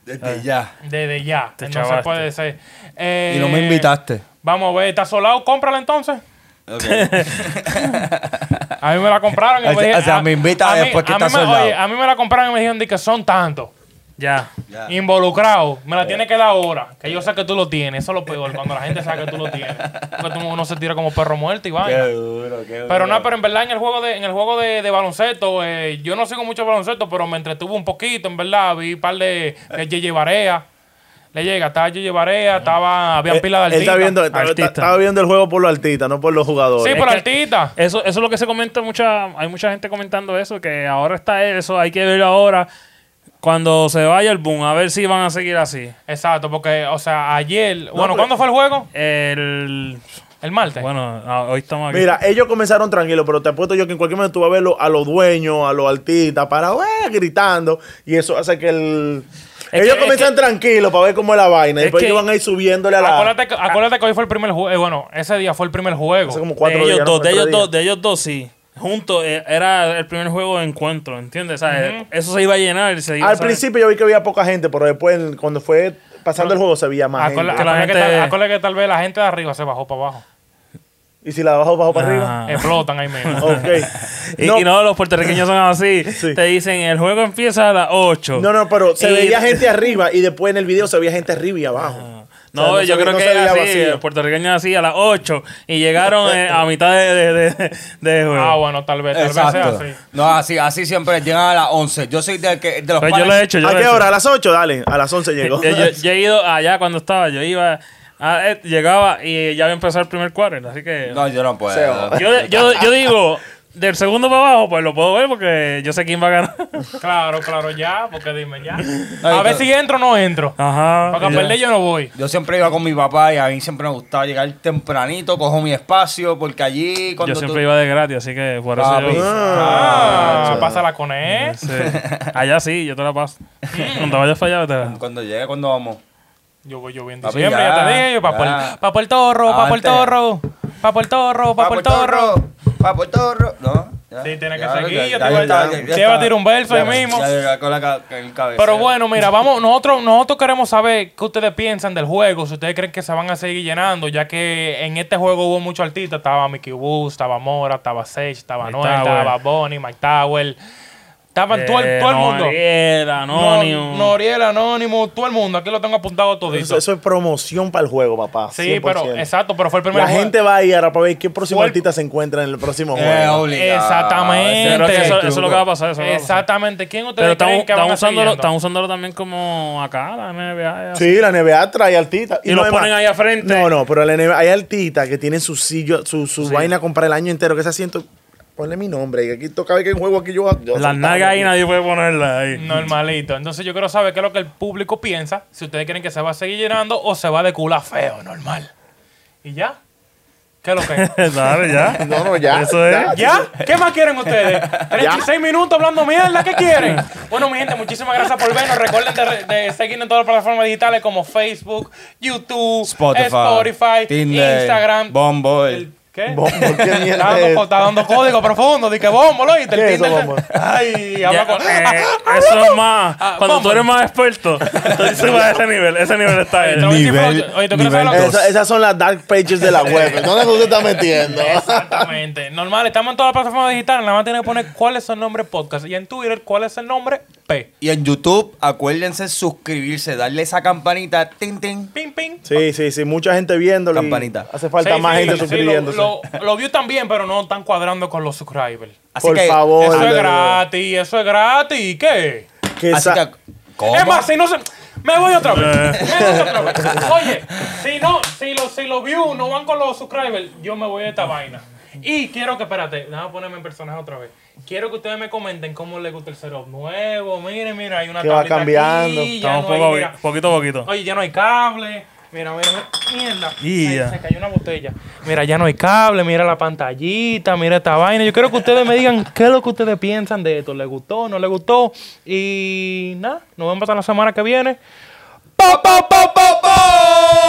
S3: Desde ya.
S1: Desde ya.
S2: Te
S1: entonces
S2: chavaste.
S1: puede ser. Eh,
S3: Y no me invitaste.
S1: Vamos a ver, ¿está solado? Cómprala entonces. *laughs* A mí me la compraron.
S3: *laughs*
S1: y
S3: O sea-
S1: dije-
S3: o sea, me invita
S1: a mí-
S3: después que
S1: a mí
S3: está
S1: me-
S3: soldado.
S1: oye, a mí me la compraron y me dijeron de que son tantos.
S2: Ya.
S3: Ya.
S1: involucrado.
S4: Eh.
S1: Me la tiene que dar ahora. Que yo sé que tú lo tienes. Eso es lo peor. Cuando la gente sabe que tú lo
S4: *laughs*
S1: tienes. Porque tú- uno se tira como perro muerto y
S3: Qué
S1: vaya.
S3: duro, qué duro.
S1: Pero nada, pero en verdad en el juego de, en el juego de, de baloncesto, eh, yo no sigo mucho baloncesto, pero me entretuvo un poquito, en verdad. Vi un par de, de Yeye Barea. Le llega, estaba Gigi Barea, estaba, había
S4: Él,
S1: pila de
S4: Eh, él está
S1: artistas.
S4: viendo, está-
S2: Artista.
S4: estaba viendo el juego por los artistas, no por los
S1: Sí,
S4: jugadores.
S1: por
S2: que-
S1: artistas.
S2: Eso, eso es lo que se comenta mucha, hay mucha gente comentando eso, que ahora está eso, hay que verlo ahora cuando se vaya el boom, a ver si van a seguir así.
S1: Exacto, porque, o sea, ayer. bueno,
S4: pero-
S1: ¿cuándo fue el juego?
S2: El
S1: El martes.
S2: bueno, ah, hoy estamos aquí.
S4: Mira, ellos comenzaron tranquilos, pero te apuesto yo que en cualquier momento tú vas a verlo a los dueños, a los artistas, para "Ué", gritando. Y eso hace que el.
S2: Es
S4: ellos
S2: que-
S4: comienzan tranquilos para ver cómo es la vaina. Y
S2: es
S4: después
S2: que-
S4: ellos van a ir subiéndole a la.
S1: acuérdate, que- acuérdate que hoy fue el primer juego. bueno, ese día fue el primer juego.
S4: Hace como cuatro
S2: de ellos
S4: días, ¿no?
S2: dos, de
S4: Cuatro
S2: ellos
S4: días.
S2: dos, de ellos dos sí. Juntos eh, era el primer juego de encuentro, ¿entiendes? O sea, eh, Eso se iba a llenar. se iba a
S4: Al
S2: saber.
S4: principio yo vi que había poca gente, pero después cuando fue pasando el juego se veía más
S1: Acuérdate
S4: gente.
S2: Que Ah, la
S1: acuérdate que,
S2: gente-
S1: tal- acuérdate que tal vez la gente de arriba se bajó para abajo.
S4: Y si la bajo, bajo para
S2: Ah.
S1: Explotan ahí mismo.
S4: arriba. *laughs* Ok.
S2: *laughs* Y y
S4: No,
S2: no. los puertorriqueños son así.
S4: *laughs* Sí.
S2: Te dicen, el juego empieza a las 8.
S4: no, no, pero se
S2: Y-
S4: veía gente arriba y después en el video se veía gente arriba y abajo.
S2: Ah. No,
S4: O sea,
S2: yo
S4: se-
S2: creo
S4: no
S2: que
S4: se veía
S2: era así,
S4: vacío.
S2: el puertorriqueño así a las 8 y llegaron eh,
S4: *laughs*
S2: a mitad de, de, de- de juego.
S1: Ah, bueno, tal vez, tal vez sea
S3: Exacto.
S1: así.
S3: No, así, así siempre llegan a las 11. Yo soy del que, de los
S2: Pues yo lo he hecho, yo
S4: ¿A
S2: lo he
S4: qué
S2: hecho.
S4: hora? ¿A las 8? Dale, a las 11 llegó.
S2: *laughs* Yo, yo- yo he ido allá cuando estaba, yo iba, a- eh, llegaba y ya había empezado el primer quarter, así que...
S3: No, yo no puedo.
S2: Yo, yo, yo digo, del segundo para abajo, pues lo puedo ver porque yo sé quién va a ganar.
S1: Claro, claro, ya, porque dime ya.
S3: Ay,
S1: A ver
S3: claro.
S1: si entro o no entro.
S2: Ajá.
S1: Para
S2: y
S1: que
S2: ya.
S1: perder yo no voy.
S3: Yo siempre iba con mi papá y a mí siempre me gustaba llegar tempranito, cojo mi espacio, porque allí cuando
S2: Yo
S3: tú-
S2: siempre iba de gratis, así que por eso
S3: Papi.
S2: yo...
S1: Ah, pásala con él.
S2: Sí. Allá sí, yo te la paso.
S1: Mm.
S2: Cuando vayas para allá, te la...
S3: Cuando llegue, cuando vamos.
S1: Yo voy, yo voy en Eh,
S3: Papi,
S1: diciembre, Ah. ya,
S3: ya,
S1: te dije, yo
S3: ya.
S1: papo el, papo el torro, papo el
S3: Antes.
S1: torro, papo el torro, papo el torro.
S3: Papo el torro. No. ya,
S1: Sí, tiene que
S3: ya,
S1: seguir,
S3: ya,
S1: yo
S3: ya,
S1: te voy a-
S3: ya, ya,
S1: te
S3: ya
S1: iba a
S3: está.
S1: tirar un verso ahí
S3: Ya,
S1: mismo.
S3: ya, ya, con la ca- con el cabeceo.
S1: Pero bueno, mira, vamos, nosotros, nosotros queremos saber qué ustedes piensan del juego, si ustedes creen que se van a seguir llenando, ya que en este juego hubo muchos artistas, estaba Mickey Boots, estaba Mora, estaba Sage, estaba
S2: Mike
S1: Noel,
S2: Tower.
S1: estaba Bonnie, Mike Tower, estaban todo, el-
S2: Eh,
S1: todo el mundo.
S2: Noriel,
S1: No-
S2: Anonymous.
S1: Noriel, Anónimo, todo el mundo, aquí lo tengo apuntado
S4: Eso,
S1: todito.
S4: *laughs* eso es promoción para el juego, papá.
S1: sí, pero
S4: 100%.
S1: exacto, pero fue el primer
S4: La
S1: juego.
S4: gente va a ir ahora para ver qué próximo
S1: Fue el-
S4: artista se encuentra en el próximo
S3: Eh,
S4: juego.
S3: obligado.
S1: Exactamente.
S3: Ese
S2: Pero que
S1: Gente.
S2: eso, eso
S3: el
S2: es lo
S3: truco.
S2: que va a pasar. Eso es lo que va a pasar.
S1: Exactamente, ¿quién
S2: Pero
S1: ustedes
S2: están,
S1: creen que
S2: están
S1: van a seguir
S2: usándolo,
S1: yendo?
S2: están usándolo también como acá, la NBA. así.
S4: Sí, la NBA trae artistas.
S2: Y los
S4: es más-
S2: ponen ahí al frente.
S4: No, no, pero la NBA, hay artistas que tienen su sillo, su, su vaina comprar el año entero, que se asiento. Ponle mi nombre, que aquí toca ver que hay un juego aquí yo. yo
S2: Las
S4: sentado
S2: nalgas ahí
S4: aquí.
S2: nadie puede ponerlas ahí.
S1: Normalito. Entonces yo quiero saber qué es lo que el público piensa. Si ustedes creen que se va a seguir llenando o se va de culo a feo, normal. ¿Y ya? ¿Qué es lo que es?
S2: *laughs* Dale, ya.
S4: No, no, ya.
S2: Eso es.
S4: ya.
S1: *laughs* ¿Ya? ¿Qué más quieren
S4: *laughs*
S1: ustedes? 36 minutos hablando mierda, ¿qué quieren? Bueno, mi gente, muchísimas gracias por vernos. Recuerden de, re- de seguirnos en todas las plataformas digitales como Facebook, YouTube,
S3: Spotify,
S1: Spotify,
S3: Tinder,
S1: Instagram.
S3: Bumble.
S1: el- ¿Qué?
S4: Bombo, qué
S1: Está
S4: mierda.
S1: dando,
S4: es?
S1: co- está dando código profundo, di que bombo, lo oíste, el
S4: ¿Qué es eso,
S1: Tinder.
S4: bombo?
S1: Ay,
S2: Ya,
S1: habla con.
S2: eh, eso es más.
S1: Ah,
S2: Cuando tú
S1: vamos.
S2: eres más experto,
S1: *laughs*
S2: entonces subes a ese nivel. Ese nivel está
S1: Oye, te
S2: ahí.
S1: voy a decir,
S3: Nivel-
S1: Fausto, oye, ¿tú quieres
S3: nivel
S1: saber lo que-
S3: dos.
S4: Esa- esas son las dark pages de la web. ¿Dónde tú te estás metiendo?
S1: Exactamente. Normal, estamos en todas las plataformas digitales. Nada más tienen que poner cuál es el nombre podcast. Y en Twitter, cuál es el nombre P.
S3: Y en YouTube, acuérdense suscribirse, darle esa campanita, tin, tin.
S1: Ping, ping.
S4: Sí, sí, sí, mucha gente viéndolo. y
S3: Campanita.
S4: Hace falta
S1: Sí,
S4: más
S1: sí,
S4: gente
S1: sí,
S4: suscribiéndose.
S1: Lo, lo, lo view también, pero no están cuadrando con los subscribers.
S3: Así
S4: Por
S3: que,
S4: favor.
S1: eso es
S4: bro.
S1: gratis, eso es gratis. ¿Y qué?
S4: Que
S3: Así
S4: esa-
S3: que, ¿cómo?
S1: Es más, si no se. Me voy otra
S2: Eh.
S1: vez. Me voy otra vez. Oye, si no, si los si los views no van con los subscribers, yo me voy de esta vaina. Y quiero que, espérate, déjame ponerme en personaje otra vez. Quiero que ustedes me comenten cómo les gusta el setup nuevo. Miren, mira, hay una
S4: Que va
S1: tablita
S4: cambiando.
S1: Aquí, ya
S2: Estamos
S1: no hay,
S2: poco,
S1: mira.
S2: poquito a poquito.
S1: Oye, ya no hay cable. Mira, mira, mira. mierda.
S2: Y
S1: Se-
S2: ya.
S1: Se, cayó una botella. Mira, ya no hay cable, mira la pantallita, mira esta vaina. Yo quiero que ustedes me digan qué es lo que ustedes piensan de esto. ¿Les gustó? ¿No les gustó? Y nada, nos vemos hasta la semana que viene.
S3: ¡Pa, pa, pa, pa, pa!